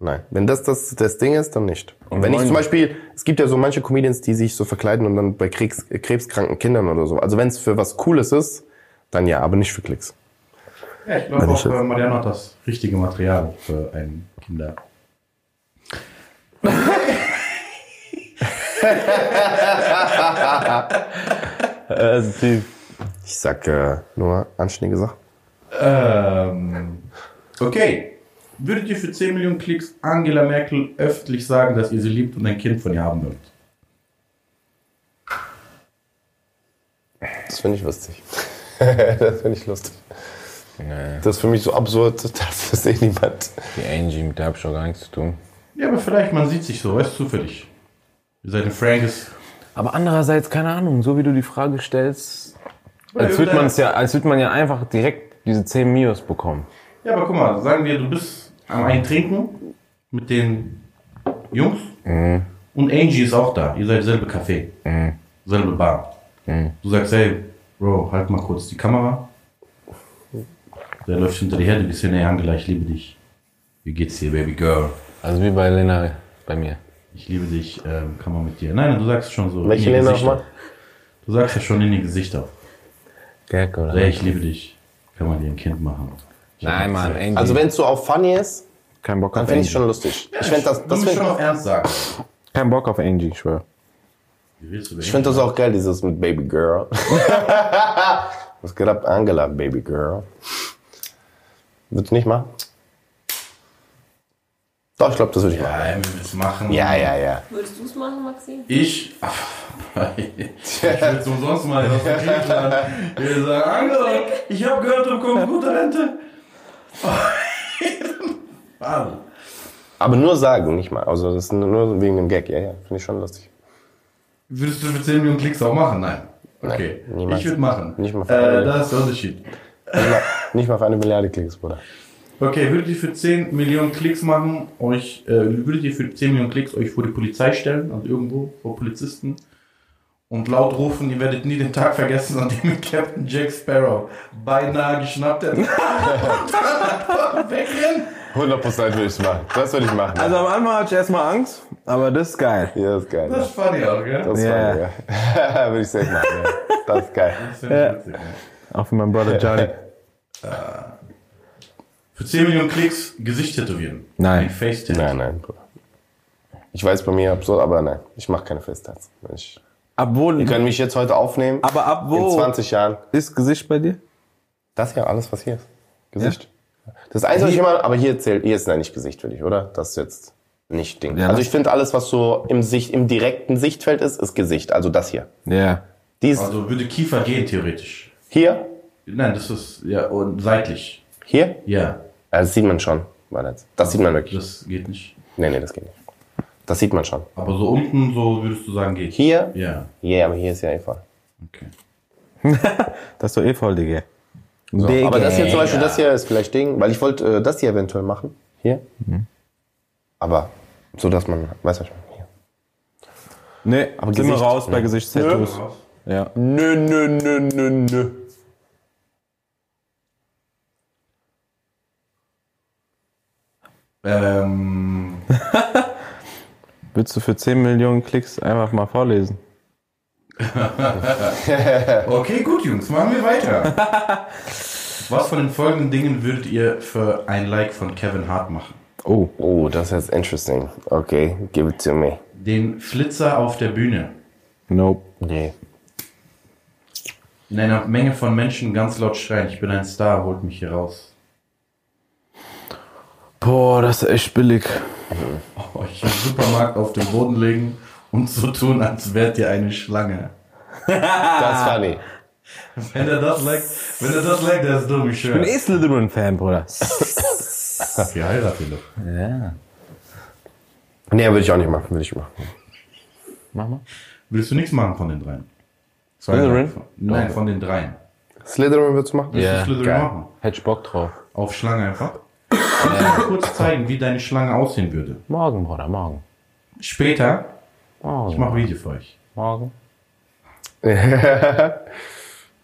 Nein. Wenn das das, das Ding ist, dann nicht. Und wenn ich
wollen-
zum Beispiel, es gibt ja so manche Comedians, die sich so verkleiden und dann bei Krebs, äh, krebskranken Kindern oder so. Also wenn es für was Cooles ist, dann ja, aber nicht für Klicks.
Ja, ich glaube
Wenn
auch,
ich jetzt-
äh, Mariano hat das richtige Material für einen Kinder.
Äh, tief.
Ich sag äh, nur anständige Sachen.
Ähm, okay. Würdet ihr für 10 Millionen Klicks Angela Merkel öffentlich sagen, dass ihr sie liebt und ein Kind von ihr haben wollt?
Das finde ich lustig. das finde ich lustig. Das ist für mich so absurd, dass das eh niemand.
Die Angie, mit der hab ich doch gar nichts zu tun.
Ja, aber vielleicht, man sieht sich so, weißt du, zufällig. Ihr seid in Frankes.
Aber andererseits, keine Ahnung, so wie du die Frage stellst, als würde man ja, als würde man ja einfach direkt diese 10 Mios bekommen.
Ja, aber guck mal, sagen wir, du bist am Eintrinken mit den Jungs und Angie ist auch da. Ihr seid selbe Café, selbe Bar. Du sagst, hey, Bro, halt mal kurz die Kamera. Der läuft hinter dir her, du bist hier, nee, Angela, ich liebe dich. Wie geht's dir, Baby Girl?
Also wie bei Lena, bei mir.
Ich liebe dich, ähm, kann man mit dir. Nein, nein, du sagst schon so.
Welche
in ihr
Lena
Gesicht
nochmal?
auf. Du sagst ja schon in die Gesichter.
Gag oder?
Hey, ich liebe dich. Kann man dir ein Kind machen.
Nein, Mann, Angie.
Also wenn es so auf funny ist,
kein Bock
dann
auf
finde ich
Angie.
schon lustig. ich finde das,
Du
das
musst schon
finde
auf Ernst sagen.
Kein Bock auf Angie, ich schwör.
Wie willst du
ich find das auch geil, dieses mit Baby Girl. Was geht ab, Angela, Baby Girl? Würdest du nicht machen? Doch, ich glaube, das würde ich machen.
Ja, wir müssen es machen.
Ja, ja, ja.
Würdest du es machen, Maxi?
Ich. Ich will es umsonst mal aus dem Krieg lernen. Ich will sagen, Angela, ich habe gehört, du kommst gute Rente. Also, Mann.
Aber nur sagen, nicht mal. Also das ist nur wegen dem Gag. Ja, ja, finde ich schon lustig.
Würdest du mit 10 Millionen Klicks auch machen? Nein. Okay.
Nein, niemals.
ich würde machen.
Nicht mal für
äh,
eine.
Das ist der Unterschied.
Nicht mal, nicht mal auf eine Milliarde Klicks, Bruder.
Okay, würdet ihr für 10 Millionen Klicks machen, euch, äh, würdet ihr für 10 Millionen Klicks euch vor die Polizei stellen, also irgendwo, vor Polizisten, und laut rufen, ihr werdet nie den Tag vergessen, an dem ihr Captain Jack Sparrow beinahe geschnappt hättet. und dann einfach wegrennen.
100% würde ich machen. Das würde ich machen.
Also am Anfang hatte ich erstmal Angst, aber das ist geil.
ja, das ist geil.
Das ist funny auch, gell?
Das
Ja.
war ja. Würde ich safe machen. Ja. Das ist geil.
Das finde ich witzig, ne?
Auch für meinen Brother Johnny.
Für 10 Millionen Klicks Gesicht tätowieren.
Nein.
Ein Face-Tat.
Nein, nein, Bruder. Ich weiß bei mir absurd, aber nein. Ich mache keine Feststats. Ich
Obwohl,
können mich jetzt heute aufnehmen.
aber ab
in
wo
20 Jahren.
ist Gesicht bei dir?
Das hier, alles, was hier ist. Gesicht. Das Einzige, was ich immer, aber hier zählt, hier ist nein, nicht Gesicht für dich, oder? Das ist jetzt nicht Ding.
Ja,
also
das-
ich finde alles, was so im Sicht, im direkten Sichtfeld ist, ist Gesicht. Also das hier.
Ja.
Dies
Also würde Kiefer gehen, theoretisch.
hier,
Nein, das ist, ja, und seitlich.
hier.
Ja,
Also das sieht man schon. Warte jetzt. Das sieht man wirklich.
das geht nicht.
Nee, nee, das geht nicht. Das sieht man schon.
Aber so unten, so würdest du sagen, geht.
Hier, ja,
Ja,
aber hier ist ja eh einfach.
okay.
Das ist doch eh voll, Digga.
Aber das hier zum Beispiel, das hier ist vielleicht Ding, weil ich wollte äh, das hier eventuell machen. Hier. Aber so, dass man, weiß was ich meine. Hier.
Nee, aber sind wir
Gesicht-
raus bei Gesichtstattoos. Ja.
Nö, nö, nö, nö, nö.
Ähm,
Willst du für 10 Millionen Klicks einfach mal vorlesen?
okay, gut, Jungs, machen wir weiter. Was von den folgenden Dingen würdet ihr für ein Like von Kevin Hart machen?
Oh. Oh, das ist interesting. Okay, give it to me.
Den Flitzer auf der Bühne.
Nope.
Nee.
In einer Menge von Menschen ganz laut schreien, ich bin ein Star, holt mich hier raus.
Boah, das ist echt billig.
Euch im Supermarkt auf den Boden legen und so tun, als wärt ihr eine Schlange.
Das
Ah.
ist funny.
Wenn er das liked, wenn er das liked, der ist dumm, ich schwör.
Ich bin eh Slytherin-Fan, Bruder.
Wir heiraten doch.
Ja.
Nee, würde ich auch nicht machen. Würde ich machen.
Mach mal.
Willst du nichts machen von den dreien? Zwei
Slytherin?
Von, nein, von den dreien.
Slytherin würdest du machen?
Willst
Ja,
du Slytherin
geil.
machen?
Hätte ich Bock drauf.
Auf Schlange einfach? Kannst du mir kurz zeigen, wie deine Schlange aussehen würde?
Morgen, Bruder, morgen.
Später, ich
Morgen.
mache ein Video für euch.
Morgen.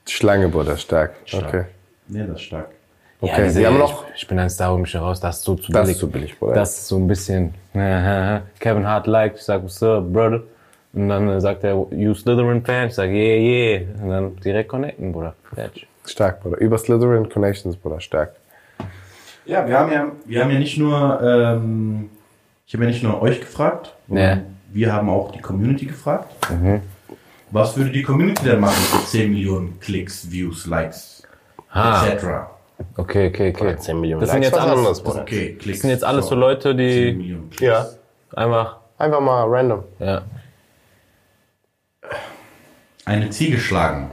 Schlange, Bruder, stark.
Stark.
Okay.
Nee, das ist stark.
Okay, wir haben noch-
Ich, ich bin ein Star, hol mich hier raus. Das ist so zu
Das
billig.
ist zu billig, Bruder.
Das ist so ein bisschen. Kevin Hart liked. Ich sag, Sir, Brother. Und dann äh, sagt er, you Slytherin fan. Ich sag, yeah, yeah. Und dann direkt connecten, Bruder. Fetch.
Stark, Bruder. Über Slytherin Connections, Bruder, stark.
Ja, wir haben ja, wir haben ja nicht nur, ähm, ich habe ja nicht nur euch gefragt, sondern
Ja.
wir haben auch die Community gefragt. Was würde die Community denn machen für 10 Millionen Klicks, Views, Likes,
Ah,
etc.?
okay, okay, okay.
10 Millionen
Das sind
Likes,
jetzt
was
alles,
anderes,
das
Bruder.
Okay, Klicks.
sind jetzt alles so Leute,
10
die
Millionen Klicks.
Ja,
einfach,
einfach mal random.
ja.
Eine Ziege schlagen.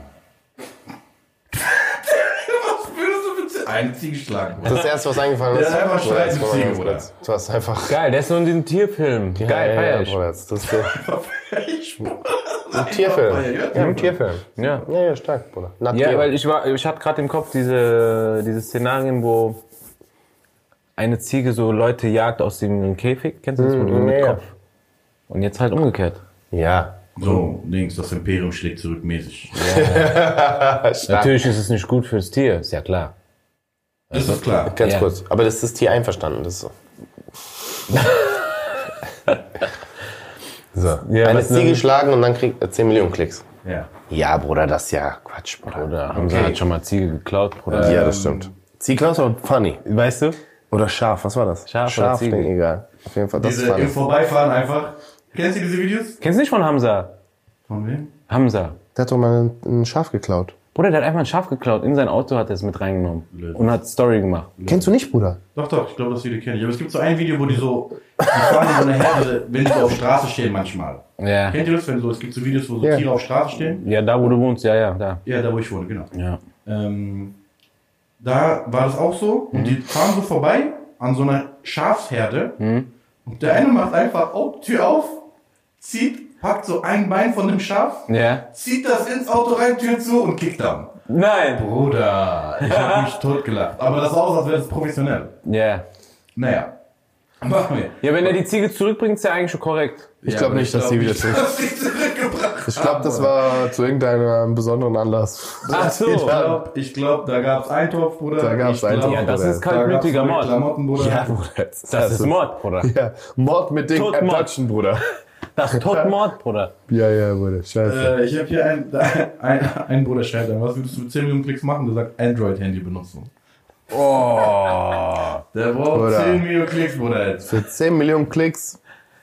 Was würdest du für Zie- eine Ziege schlagen?
Das ist das erste, was eingefallen ist.
Ja, einfach schreien,
Bruder,
Ziege,
ganz
Bruder.
kurz. Du hast einfach.
Geil, der ist nur in diesem Tierfilm. Geil,
ja,
feier
ja,
ich.
Bruder, das ist so.
Ich schwöre.
Ein Tierfilm.
Ja,
Ja, ein Tierfilm.
Ja.
Ja, ja, stark, Bruder. Nat
Ja,
Geo.
weil ich war, ich hatte gerade im Kopf diese, diese Szenarien, wo eine Ziege so Leute jagt aus dem Käfig. Kennst du das? Mit,
ja,
mit
ja.
Kopf. Und jetzt halt umgekehrt.
Ja.
So, links, das Imperium schlägt zurück mäßig.
Stark.
Natürlich ist es nicht gut fürs Tier, ist ja klar.
Das ist klar.
Ganz
Ja.
kurz. Aber das ist Tier einverstanden. Das ist so. so.
Ja,
Eine
was
Ziege
denn?
schlagen und dann kriegt er 10 Millionen Klicks.
Ja.
Ja, Bruder, das ist ja Quatsch, Bruder.
Oder haben sie
Okay.
halt schon mal Ziege geklaut, Bruder.
Ja, das stimmt. Ziegler äh, ist aber funny.
Weißt du?
Oder scharf, was war das?
Scharf oder
scharf
Ziege?
Ding, egal. Auf jeden Fall, das ist
Diese im
funny.
Vorbeifahren einfach. Kennst du diese Videos?
Kennst du nicht von Hamza?
Von wem?
Hamza.
Der hat doch mal ein, ein Schaf geklaut.
Bruder, der hat einfach ein Schaf geklaut. In sein Auto hat er es mit reingenommen. Und hat Story gemacht.
Kennst du nicht, Bruder?
Doch, doch, ich glaube, das Video kenne ich. Aber es gibt so ein Video, wo die so, die fahren in so eine Herde, wenn die so auf Straße stehen manchmal.
Ja.
Kennt ihr das, wenn so, es gibt so Videos, wo so
Ja.
Tiere auf Straße stehen?
Ja, da wo du wohnst, ja, ja, da.
Ja, da wo ich wohne, genau.
Ja.
Ähm, da war das auch so. Und die fahren so vorbei an so einer Schafsherde. Und der eine macht einfach oh, Tür auf, zieht, packt so ein Bein von dem Schaf,
Ja.
zieht das ins Auto rein, Tür zu und kickt down.
Nein!
Bruder, ich hab mich totgelacht. Aber das sah aus, als wäre das professionell.
Ja.
Naja, machen wir.
Ja, wenn er die Ziege zurückbringt, ist er eigentlich schon korrekt.
Ich
glaub nicht, dass die wieder zurück-
dass die zurückgebracht
Ich glaube, das war zu irgendeinem besonderen Anlass.
Ach so.
Ich glaube, ich glaub, da gab's Eintopf, Bruder.
Da gab's
Ich glaub,
Eintopf,
Ja, das
Bruder.
ist
da gab's
kaltblütiger
neue
Mord.
Klamotten, Bruder.
Das,
Das ist Mord, Bruder.
Ja, Mord mit Ding
Todmord.
abtatschen, Bruder.
Das ist Todmord, Bruder.
Ja, ja, Bruder, scheiße.
Äh, ich habe hier einen, ein, einen Bruder schreibt an, was würdest du mit 10 Millionen Klicks machen? Der sagt Android-Handy benutzen. Oh, der braucht
Bruder.
10 Millionen Klicks, Bruder. Jetzt.
Für 10 Millionen Klicks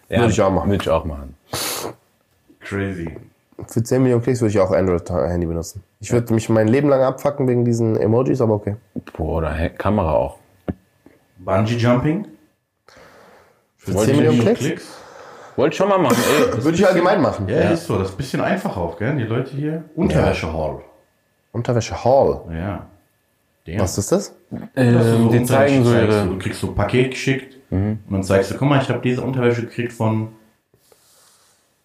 Ja,
würde ich auch machen.
Würde ich auch machen.
Crazy.
Für 10 Millionen Klicks würde ich auch Android-Handy benutzen. Ich würde mich mein Leben lang abfacken wegen diesen Emojis, aber okay.
Boah, oder Hä- Kamera auch.
Bungee Jumping? Für
10 Millionen Klicks?
Wollte ich schon mal machen, ey.
Würde ich halt allgemein machen.
Ja, ist so. Das ist ein bisschen einfach auch, gell? Die Leute hier. Unterwäsche-Hall.
Unterwäsche Hall.
Ja. Der.
Was ist das?
Dass du
Ähm, die
Unterwäsche
zeigen so
zeigst. Du
ihre. Mhm.
kriegst so ein Paket geschickt und dann zeigst du, guck mal, ich habe diese Unterwäsche gekriegt von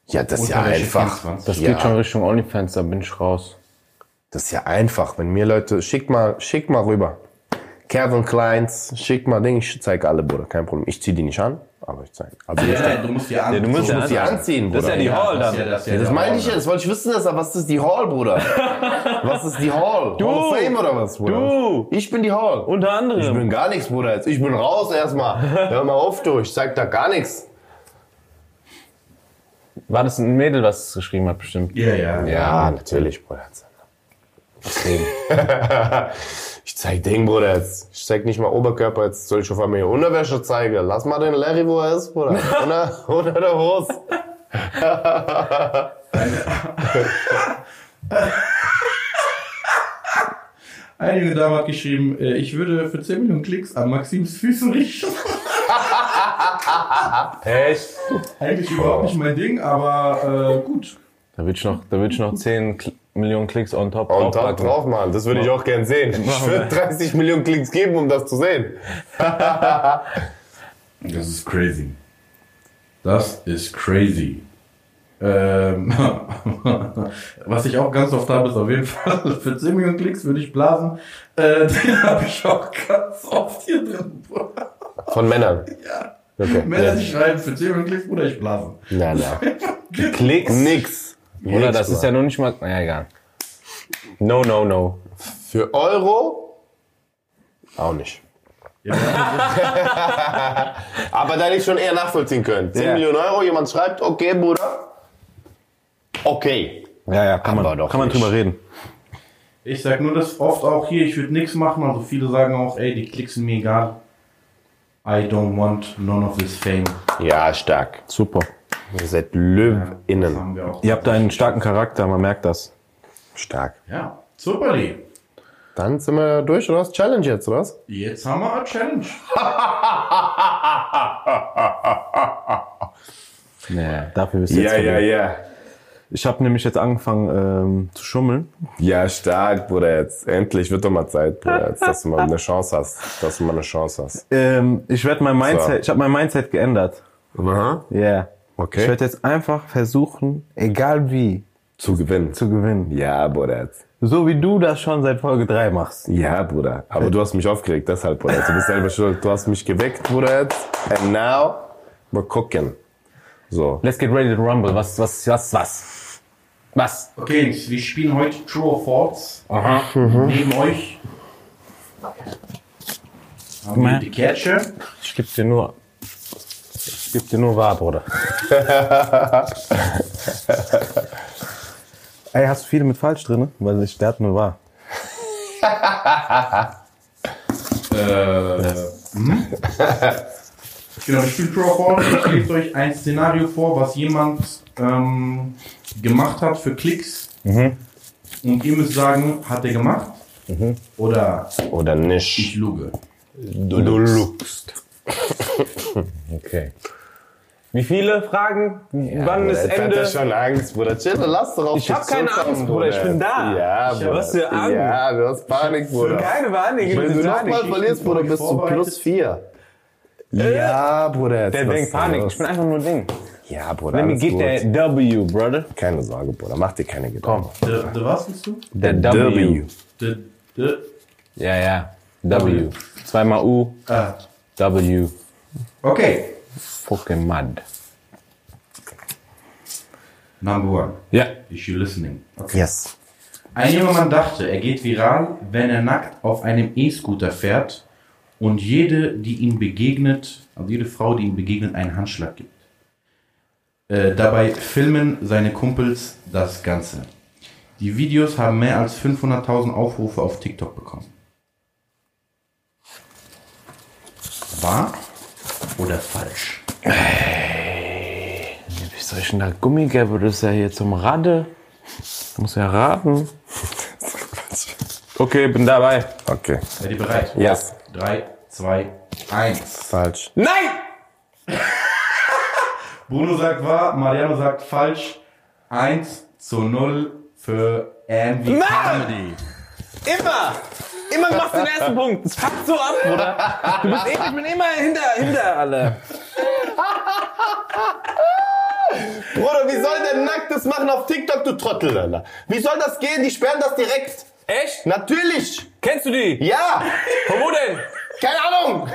Ja, das ist ja
Unterwäsche
einfach.
24.
Das
Ja.
geht schon Richtung OnlyFans, da bin ich raus.
Das ist ja einfach. Wenn mir Leute, schick mal, schick mal rüber. Calvin Kleins, schick mal Ding, ich zeig alle, Bruder, kein Problem. Ich zieh die nicht an. Aber ich zeig. Also
Ja,
nicht-
nein, du musst dir an.
Ja, du musst
Du
ja
musst die
anziehen.
anziehen,
Das ist ja
Bruder.
die Hall
das
dann.
ist ja das, ist ja
Das
der
meinte ich
Wahnsinn.
jetzt, das wollte ich wissen, das, aber was ist die Hall, Bruder? Was ist die Hall? Du, Hall of Fame oder was, Bruder?
Du,
Ich bin die Hall.
unter
ich
anderem.
bin gar nichts, Bruder. Jetzt. Ich bin raus erstmal. Hör mal auf, du. Ich zeig da gar nichts.
War das ein Mädel, was es geschrieben hat, bestimmt?
Ja, ja.
Ja, natürlich, Bruder. Deswegen. ich zeig Ding, Bruder. Jetzt. Ich zeig nicht mal Oberkörper. Jetzt soll ich auf einmal hier Unterwäsche zeigen. Lass mal den Larry, wo er ist, Bruder. Unter, unter der Hose.
Eine junge Dame hat geschrieben, äh, ich würde für 10 Millionen Klicks an Maxims Füßen riechen.
Echt?
Eigentlich überhaupt nicht mein Ding, aber äh, gut.
Da würde ich noch, da würd ich noch 10 Kl Millionen Klicks on top
Und top
draufpacken.
drauf, Mann. Das würde ich auch gern sehen. Ich würde 30 Millionen Klicks geben, um das zu sehen.
Das ist crazy. Das ist crazy. Ähm, was ich auch ganz oft habe, ist auf jeden Fall, für 10 Millionen Klicks würde ich blasen. Äh, den habe ich auch ganz oft hier drin.
Von Männern.
Ja.
Okay.
Männer, die schreiben, für 10 Millionen Klicks, Bruder, ich blase.
Nein, nein. Klicks? Nix.
Oder
Nix,
das ist
Bruder.
ja noch nicht mal. Naja, egal. No, no, no.
Für Euro? Auch nicht. Aber da hätte ich schon eher nachvollziehen können. 10
Ja.
Millionen Euro, jemand schreibt, okay, Bruder. Okay.
Ja, ja, kann
Aber
man,
doch
kann man
nicht.
drüber reden.
Ich sag nur das oft auch hier, ich würde nichts machen. Also viele sagen auch, ey, die Klicks sind mir egal. I don't want none of this fame.
Ja, stark.
Super.
Ihr seid
Das
Löwinnen.
haben wir auch.
Ihr habt einen starken Charakter, man merkt das.
Stark.
Ja, superli.
Dann sind wir durch, oder was? Challenge jetzt, oder was?
Jetzt haben wir eine Challenge.
Nee, dafür bist du jetzt verwirrt.
ja.
Ich habe nämlich jetzt angefangen ähm, zu schummeln.
Ja, stark, Bruder, jetzt. Endlich wird doch mal Zeit, Bruder, jetzt, dass du mal eine Chance hast. Dass du mal eine Chance hast.
Ähm, ich werde mein Mindset,
So.
ich habe mein Mindset geändert.
Aha.
Ja. Yeah.
Okay.
Ich werde jetzt einfach versuchen, egal wie,
Zu gewinnen.
zu gewinnen.
Ja, Bruder, jetzt.
So wie du das schon seit Folge 3 machst.
Ja, Bruder. Aber du hast mich aufgeregt, deshalb, Bruder. Du bist selber schuld. Du hast mich geweckt, Bruder, jetzt. And now, wir gucken. So.
Let's get ready to rumble. Was, was, was, was? Was?
Okay, Jungs, wir spielen heute True or False. Mhm.
Aha.
Neben euch haben wir die Catcher.
Ich geb dir nur, ich geb dir nur wahr, Bruder. Ey, hast du viele mit falsch drin? ne? Weil ich, der hat nur wahr.
Äh, mhm. genau, ich spiele True or False. Ich lese euch ein Szenario vor, was jemand ähm, gemacht hat für Klicks. Und ihr müsst sagen, hat er gemacht? Oder
Oder
ich
nicht.
luge.
Du, du lugst.
Okay. Wie viele Fragen? Wann ist
jetzt Hat er
Ende?
schon Angst, Bruder. Chill, lass doch auf
Ich hab
dich
keine
zukommen,
Angst, Bruder. Ich bin da.
Ja,
hab-
Bruder.
was für Angst?
Ja, du hast Panik, Bruder.
Keine Wahrnehmung.
Wenn du
keine
nochmal
Panik.
verlierst, Bruder, bist du
vorbereitet.
plus vier. Ja, Bruder. Jetzt
Der
was
denkt Panik.
los?
Ich bin einfach nur Ding.
Ja, Bruder.
Bei mir
Alles
geht
gut.
der W, Brother.
Keine Sorge, Bruder. Mach dir keine Gedanken.
De, de was bist du?
Der
W.
De, de,
Ja, ja. W. Zweimal U,
ah.
W.
Okay,
Fucking mad.
number one.
Ja.
Is you listening? Okay.
Yes.
Ein junger Mann dachte, er geht viral, wenn er nackt auf einem E-Scooter fährt und jede, die ihm begegnet, also jede Frau, die ihm begegnet, einen Handschlag gibt. Äh, dabei filmen seine Kumpels das Ganze. Die Videos haben mehr als 500.000 Aufrufe auf TikTok bekommen. Wahr oder falsch?
Wie soll ich denn da Gummigabel? Das ist ja hier zum Rade. Muss ja raten. Okay, bin dabei.
Okay.
Seid ihr bereit?
Yes.
3, 2, 1.
Falsch.
Nein!
Bruno sagt wahr, Mariano sagt falsch. 1 zu 0 für Andy Comedy.
Immer! Immer machst du den ersten Punkt. Es packt so ab, Bruder. Du bist ewig, ich bin immer hinter, hinter alle.
Bruder, wie soll der Nacktes machen auf TikTok, du Trottel, Alter? Wie soll das gehen? Die sperren das direkt.
Echt?
Natürlich.
Kennst du die?
Ja.
Von wo denn?
Keine Ahnung.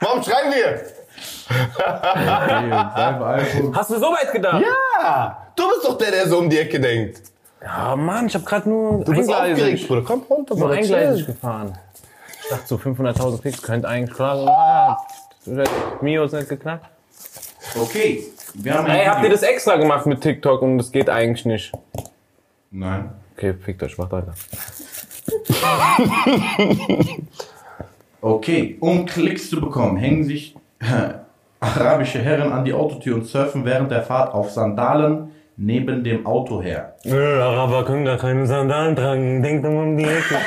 Warum schreien wir?
Ah.
Sei bei Alkohol.
Hast du so weit gedacht? Ja.
Ja, du bist doch der, der so um die Ecke denkt.
Ah, Mann, ich habe gerade nur
Du bist aufgeregt,
eingleisig,
Bruder. Komm runter,
nur
Bruder.
eingleisig
Chill.
gefahren. Ich dachte so 500.000 Klicks könnte eigentlich klar sein. Ah, du hast Mios nicht geknackt.
Okay, wir haben
Ey,
ein
habt ihr
Video.
das extra gemacht mit TikTok und das geht eigentlich nicht?
Nein.
Okay, fickt euch, macht weiter.
Okay, um Klicks zu bekommen, hängen sich äh, arabische Herren an die Autotür und surfen während der Fahrt auf Sandalen neben dem Auto her.
Araber können da keine Sandalen tragen, denkt nur um die Ecke.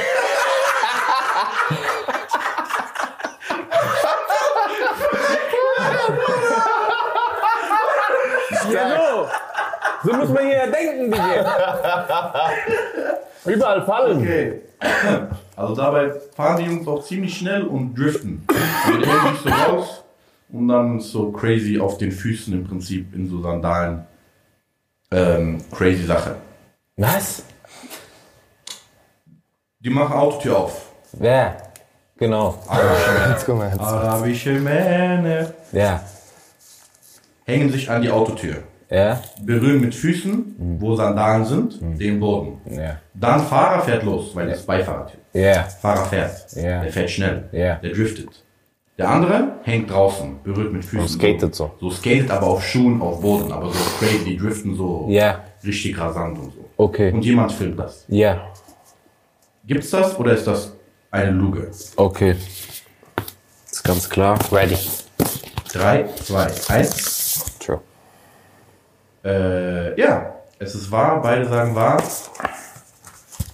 So. so muss man hier denken, Digga. Überall fallen.
Okay. Also dabei fahren die Jungs auch ziemlich schnell und driften. Und die hängen sich so raus und dann so crazy auf den Füßen im Prinzip in so Sandalen. Ähm, crazy Sache.
Was?
Die machen Autotür auf.
Wer? Genau,
Jetzt guck mal jetzt.
Arabische Männer
ja,
hängen sich an die Autotür.
ja,
berühren mit Füßen, wo Sandalen sind, den Boden.
ja,
Dann Fahrer fährt los, weil das Beifahrertür.
ja,
Fahrer fährt.
Ja.
Der fährt schnell.
Ja.
Der driftet. Der andere hängt draußen, berührt mit Füßen. Und
skatet so.
So skatet aber auf Schuhen, auf Boden, aber so crazy, driften so
ja,
richtig rasant und so.
okay,
Und jemand filmt das.
ja,
Gibt's das oder ist das eine Lüge?
okay. Ist ganz klar.
Ready.
Drei, zwei, eins.
True.
Äh, ja, es ist wahr, beide sagen wahr.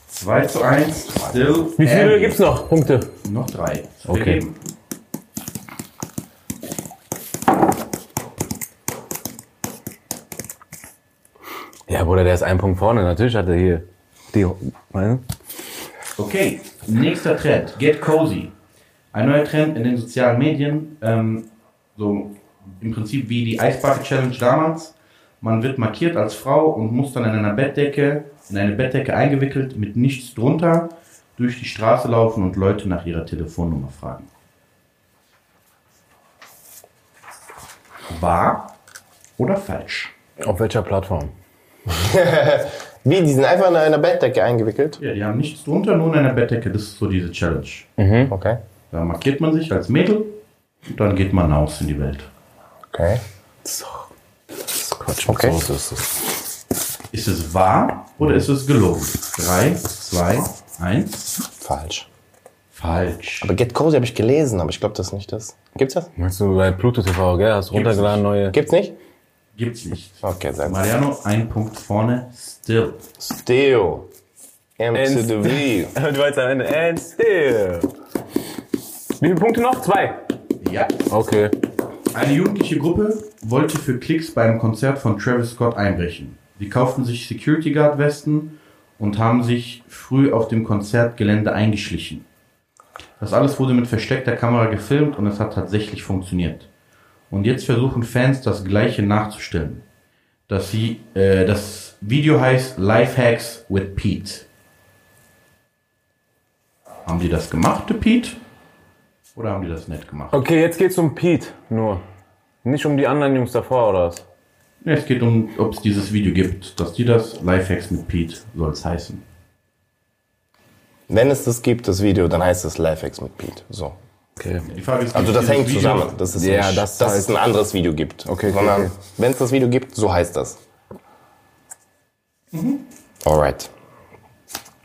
2 zu 1, still.
Wie viele
Abby.
gibt's noch? Punkte.
Noch drei. zu
Okay.
vergeben.
Ja, Bruder, der ist ein Punkt vorne. Natürlich hat er hier die. Meine?
Okay, nächster Trend. Get cozy. Ein neuer Trend in den sozialen Medien. Ähm, so im Prinzip wie die Eisbucket Challenge damals. Man wird markiert als Frau und muss dann in einer Bettdecke, in eine Bettdecke eingewickelt, mit nichts drunter, durch die Straße laufen und Leute nach ihrer Telefonnummer fragen. Wahr oder falsch?
Auf welcher Plattform?
Wie, die sind einfach in einer Bettdecke eingewickelt?
Ja, die haben nichts drunter, nur in einer Bettdecke. Das ist so diese Challenge.
Okay.
Da markiert man sich als Mädel und dann geht man aus in die Welt.
Okay.
Quatsch,
Okay.
was ist das?
Ist es wahr oder ist es gelogen? Drei, zwei, eins.
Falsch.
Falsch.
Aber Get Cozy habe ich gelesen, aber ich glaube, das ist nicht das. Gibt's das?
Meinst du bei Pluto TV, gell? Hast runtergeladen neue.
Gibt's nicht?
Gibt's nicht.
Okay, sehr gut.
Mariano, ein Punkt vorne, still.
Still. M to
And
the V.
Du weißt am Ende. And still. Wie viele Punkte noch? Zwei.
Ja.
Okay.
Eine jugendliche Gruppe wollte für Klicks beim Konzert von Travis Scott einbrechen. Sie kauften sich Security Guard Westen und haben sich früh auf dem Konzertgelände eingeschlichen. Das alles wurde mit versteckter Kamera gefilmt und es hat tatsächlich funktioniert. Und jetzt versuchen Fans das Gleiche nachzustellen. Dass sie, äh, das Video heißt Lifehacks with Pete. Haben die das gemacht, Pete? Oder haben die das nicht gemacht?
Okay, jetzt geht's um Pete nur. Nicht um die anderen Jungs davor, oder was?
Ja, es geht um, ob es dieses Video gibt, dass die das Lifehacks mit Pete soll es heißen.
Wenn es das gibt, das Video, dann heißt es LifeX mit Pete. So.
Okay.
Die Frage ist,
Also
gibt's
das
dieses
hängt
Video?
zusammen. Das ist
Ja,
nicht,
das
dass
heißt-
es ein anderes Video gibt.
Okay, okay,
Sondern
okay.
wenn es das Video gibt, so heißt das. Alright.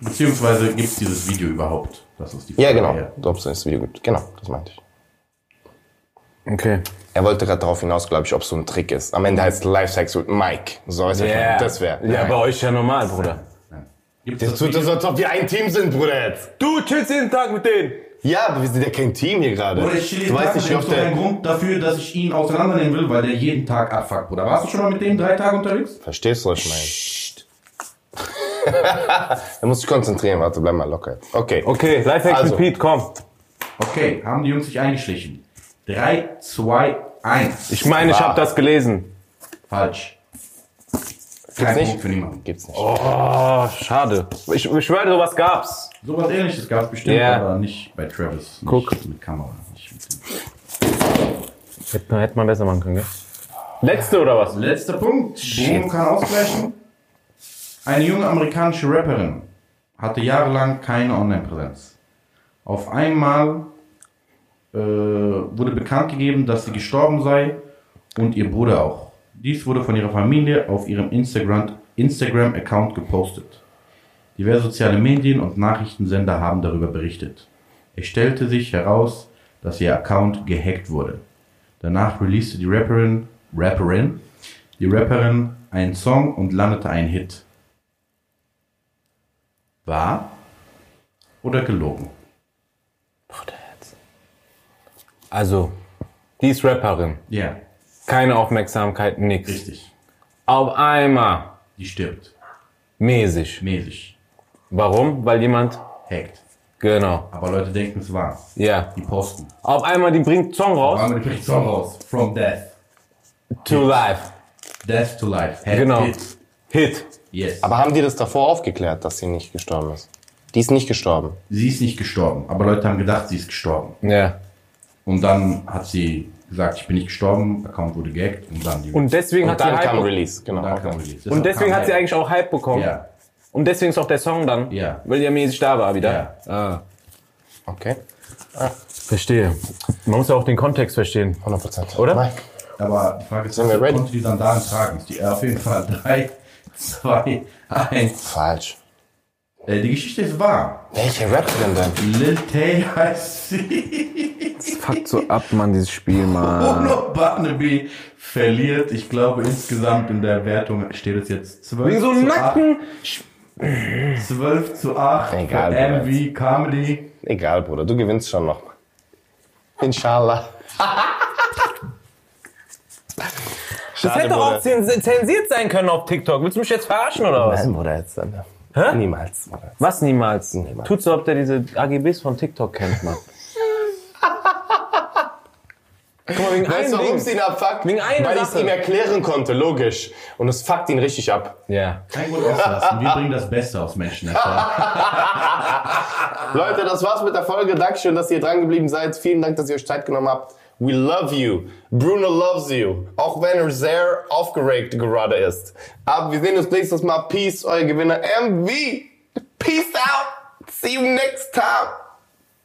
Beziehungsweise gibt es dieses Video überhaupt? Das ist die Frage.
Ja, genau. Ob es das Video gibt. Genau, das meinte ich.
Okay.
Er wollte gerade darauf hinaus, glaube ich, ob es so ein Trick ist. Am Ende heißt es Lifesex with Mike. So ist yeah. das wäre.
Ja, bei euch ja normal, Bruder.
Nein. Gibt's
Das
das
tut
Video?
das, als ob wir ein Team sind, Bruder. Jetzt.
Du chillst jeden Tag mit denen.
Ja, aber wir sind ja kein Team hier gerade.
Bruder, ich chill
Du weißt nicht, wie oft
keinen
der...
Grund dafür, dass ich ihn auseinandernehmen will, weil der jeden Tag abfuckt, Bruder. Warst du schon mal mit dem drei Tage unterwegs?
Verstehst du, was ich meine? er muss sich konzentrieren. Warte, bleib mal locker. jetzt. Okay.
Okay, Lifehack
Also.
mit Pete, komm.
Okay, haben die Jungs sich eingeschlichen. Drei, zwei, eins.
Ich meine, ich
Wahr.
habe das gelesen.
Falsch. Kein
nicht?
Punkt für niemanden.
Gibt's nicht.
Oh, schade. Ich, ich schwöre, sowas gab's.
Sowas ähnliches gab es bestimmt,
Ja.
aber nicht bei Travis. Nicht
Guck.
Mit Kamera. Nicht mit dem.
Hätte, hätte man besser machen können, gell? Letzte oder was?
Letzter Punkt. Bruno kann ausgleichen. Eine junge amerikanische Rapperin hatte jahrelang keine Online-Präsenz. Auf einmal äh, wurde bekannt gegeben, dass sie gestorben sei und ihr Bruder auch. Dies wurde von ihrer Familie auf ihrem Instagram- Instagram-Account gepostet. Diverse soziale Medien und Nachrichtensender haben darüber berichtet. Es stellte sich heraus, dass ihr Account gehackt wurde. Danach releaste die Rapperin, Rapperin, die Rapperin einen Song und landete einen Hit. Wahr oder gelogen?
Also, die ist Rapperin.
Ja,
Keine Aufmerksamkeit, nix.
richtig.
Auf einmal.
Die stirbt.
Mäßig.
Mäßig.
Warum? Weil jemand.
Hackt.
Genau.
Aber Leute denken, es war.
Ja.
Die posten.
Auf einmal, die bringt Song raus.
Aber die kriegt Song raus. From Death.
To life.
Death to Life. Hack
Genau.
Hit.
Hit.
Yes.
Aber haben die das davor aufgeklärt, dass sie nicht gestorben ist? Die ist nicht gestorben.
sie ist nicht gestorben. Aber Leute haben gedacht, sie ist gestorben.
Ja.
Und dann hat sie gesagt, ich bin nicht gestorben. Account wurde gehackt. Und dann die.
Und deswegen
Und
hat sie
dann
Hype
kam
bekommen.
Release, genau.
und dann kam Release.
Und deswegen hat sie
Hype.
eigentlich auch Hype bekommen.
Ja.
Und deswegen ist auch der Song dann.
Ja.
Weil die ja mäßig da war wieder. Ah.
Okay,
Verstehe. Man muss ja auch den Kontext verstehen.
100 Prozent.
Oder?
Nein.
Aber die Frage ist,
Sind wir ready?
konnte die Sandalen tragen? Ist die äh, auf jeden Fall 3, 2, 1.
Falsch.
Äh, Die Geschichte ist wahr.
Welche Rapperin denn?
Lil Tay heißt sie.
Fuck so ab, Mann, dieses Spiel,
Ah.
Mann.
Bruno Barnaby verliert. Ich glaube, insgesamt in der Wertung steht es jetzt 12
So einen
zu 8.
nackten.
12 zu 8
Egal,
für MV Comedy.
Egal, Bruder, du gewinnst schon noch. Inshallah.
Das hätte doch auch zens- zensiert sein können auf TikTok. Willst du mich jetzt verarschen oder was?
Nein, Bruder, jetzt. dann.
Hä?
Niemals, Bruder.
Was niemals?
Niemals.
Tut so, ob der diese AGBs von TikTok kennt, Mann. Guck mal, wegen
Weißt du, warum
einem
es
Ding.
ihn abfuckt?
Wegen einer
Weil ich es
Sache.
ihm erklären konnte, logisch. Und es fuckt ihn richtig ab.
Ja.
Kein gut auslassen. Wir bringen das Beste aus Menschen hervor.
Leute, das war's mit der Folge. Dankeschön, dass ihr dran geblieben seid. Vielen Dank, dass ihr euch Zeit genommen habt. We love you. Bruno loves you. Auch wenn er sehr aufgeregt gerade ist. Aber wir sehen uns nächstes Mal. Peace, euer Gewinner MV. Peace out. See you next time.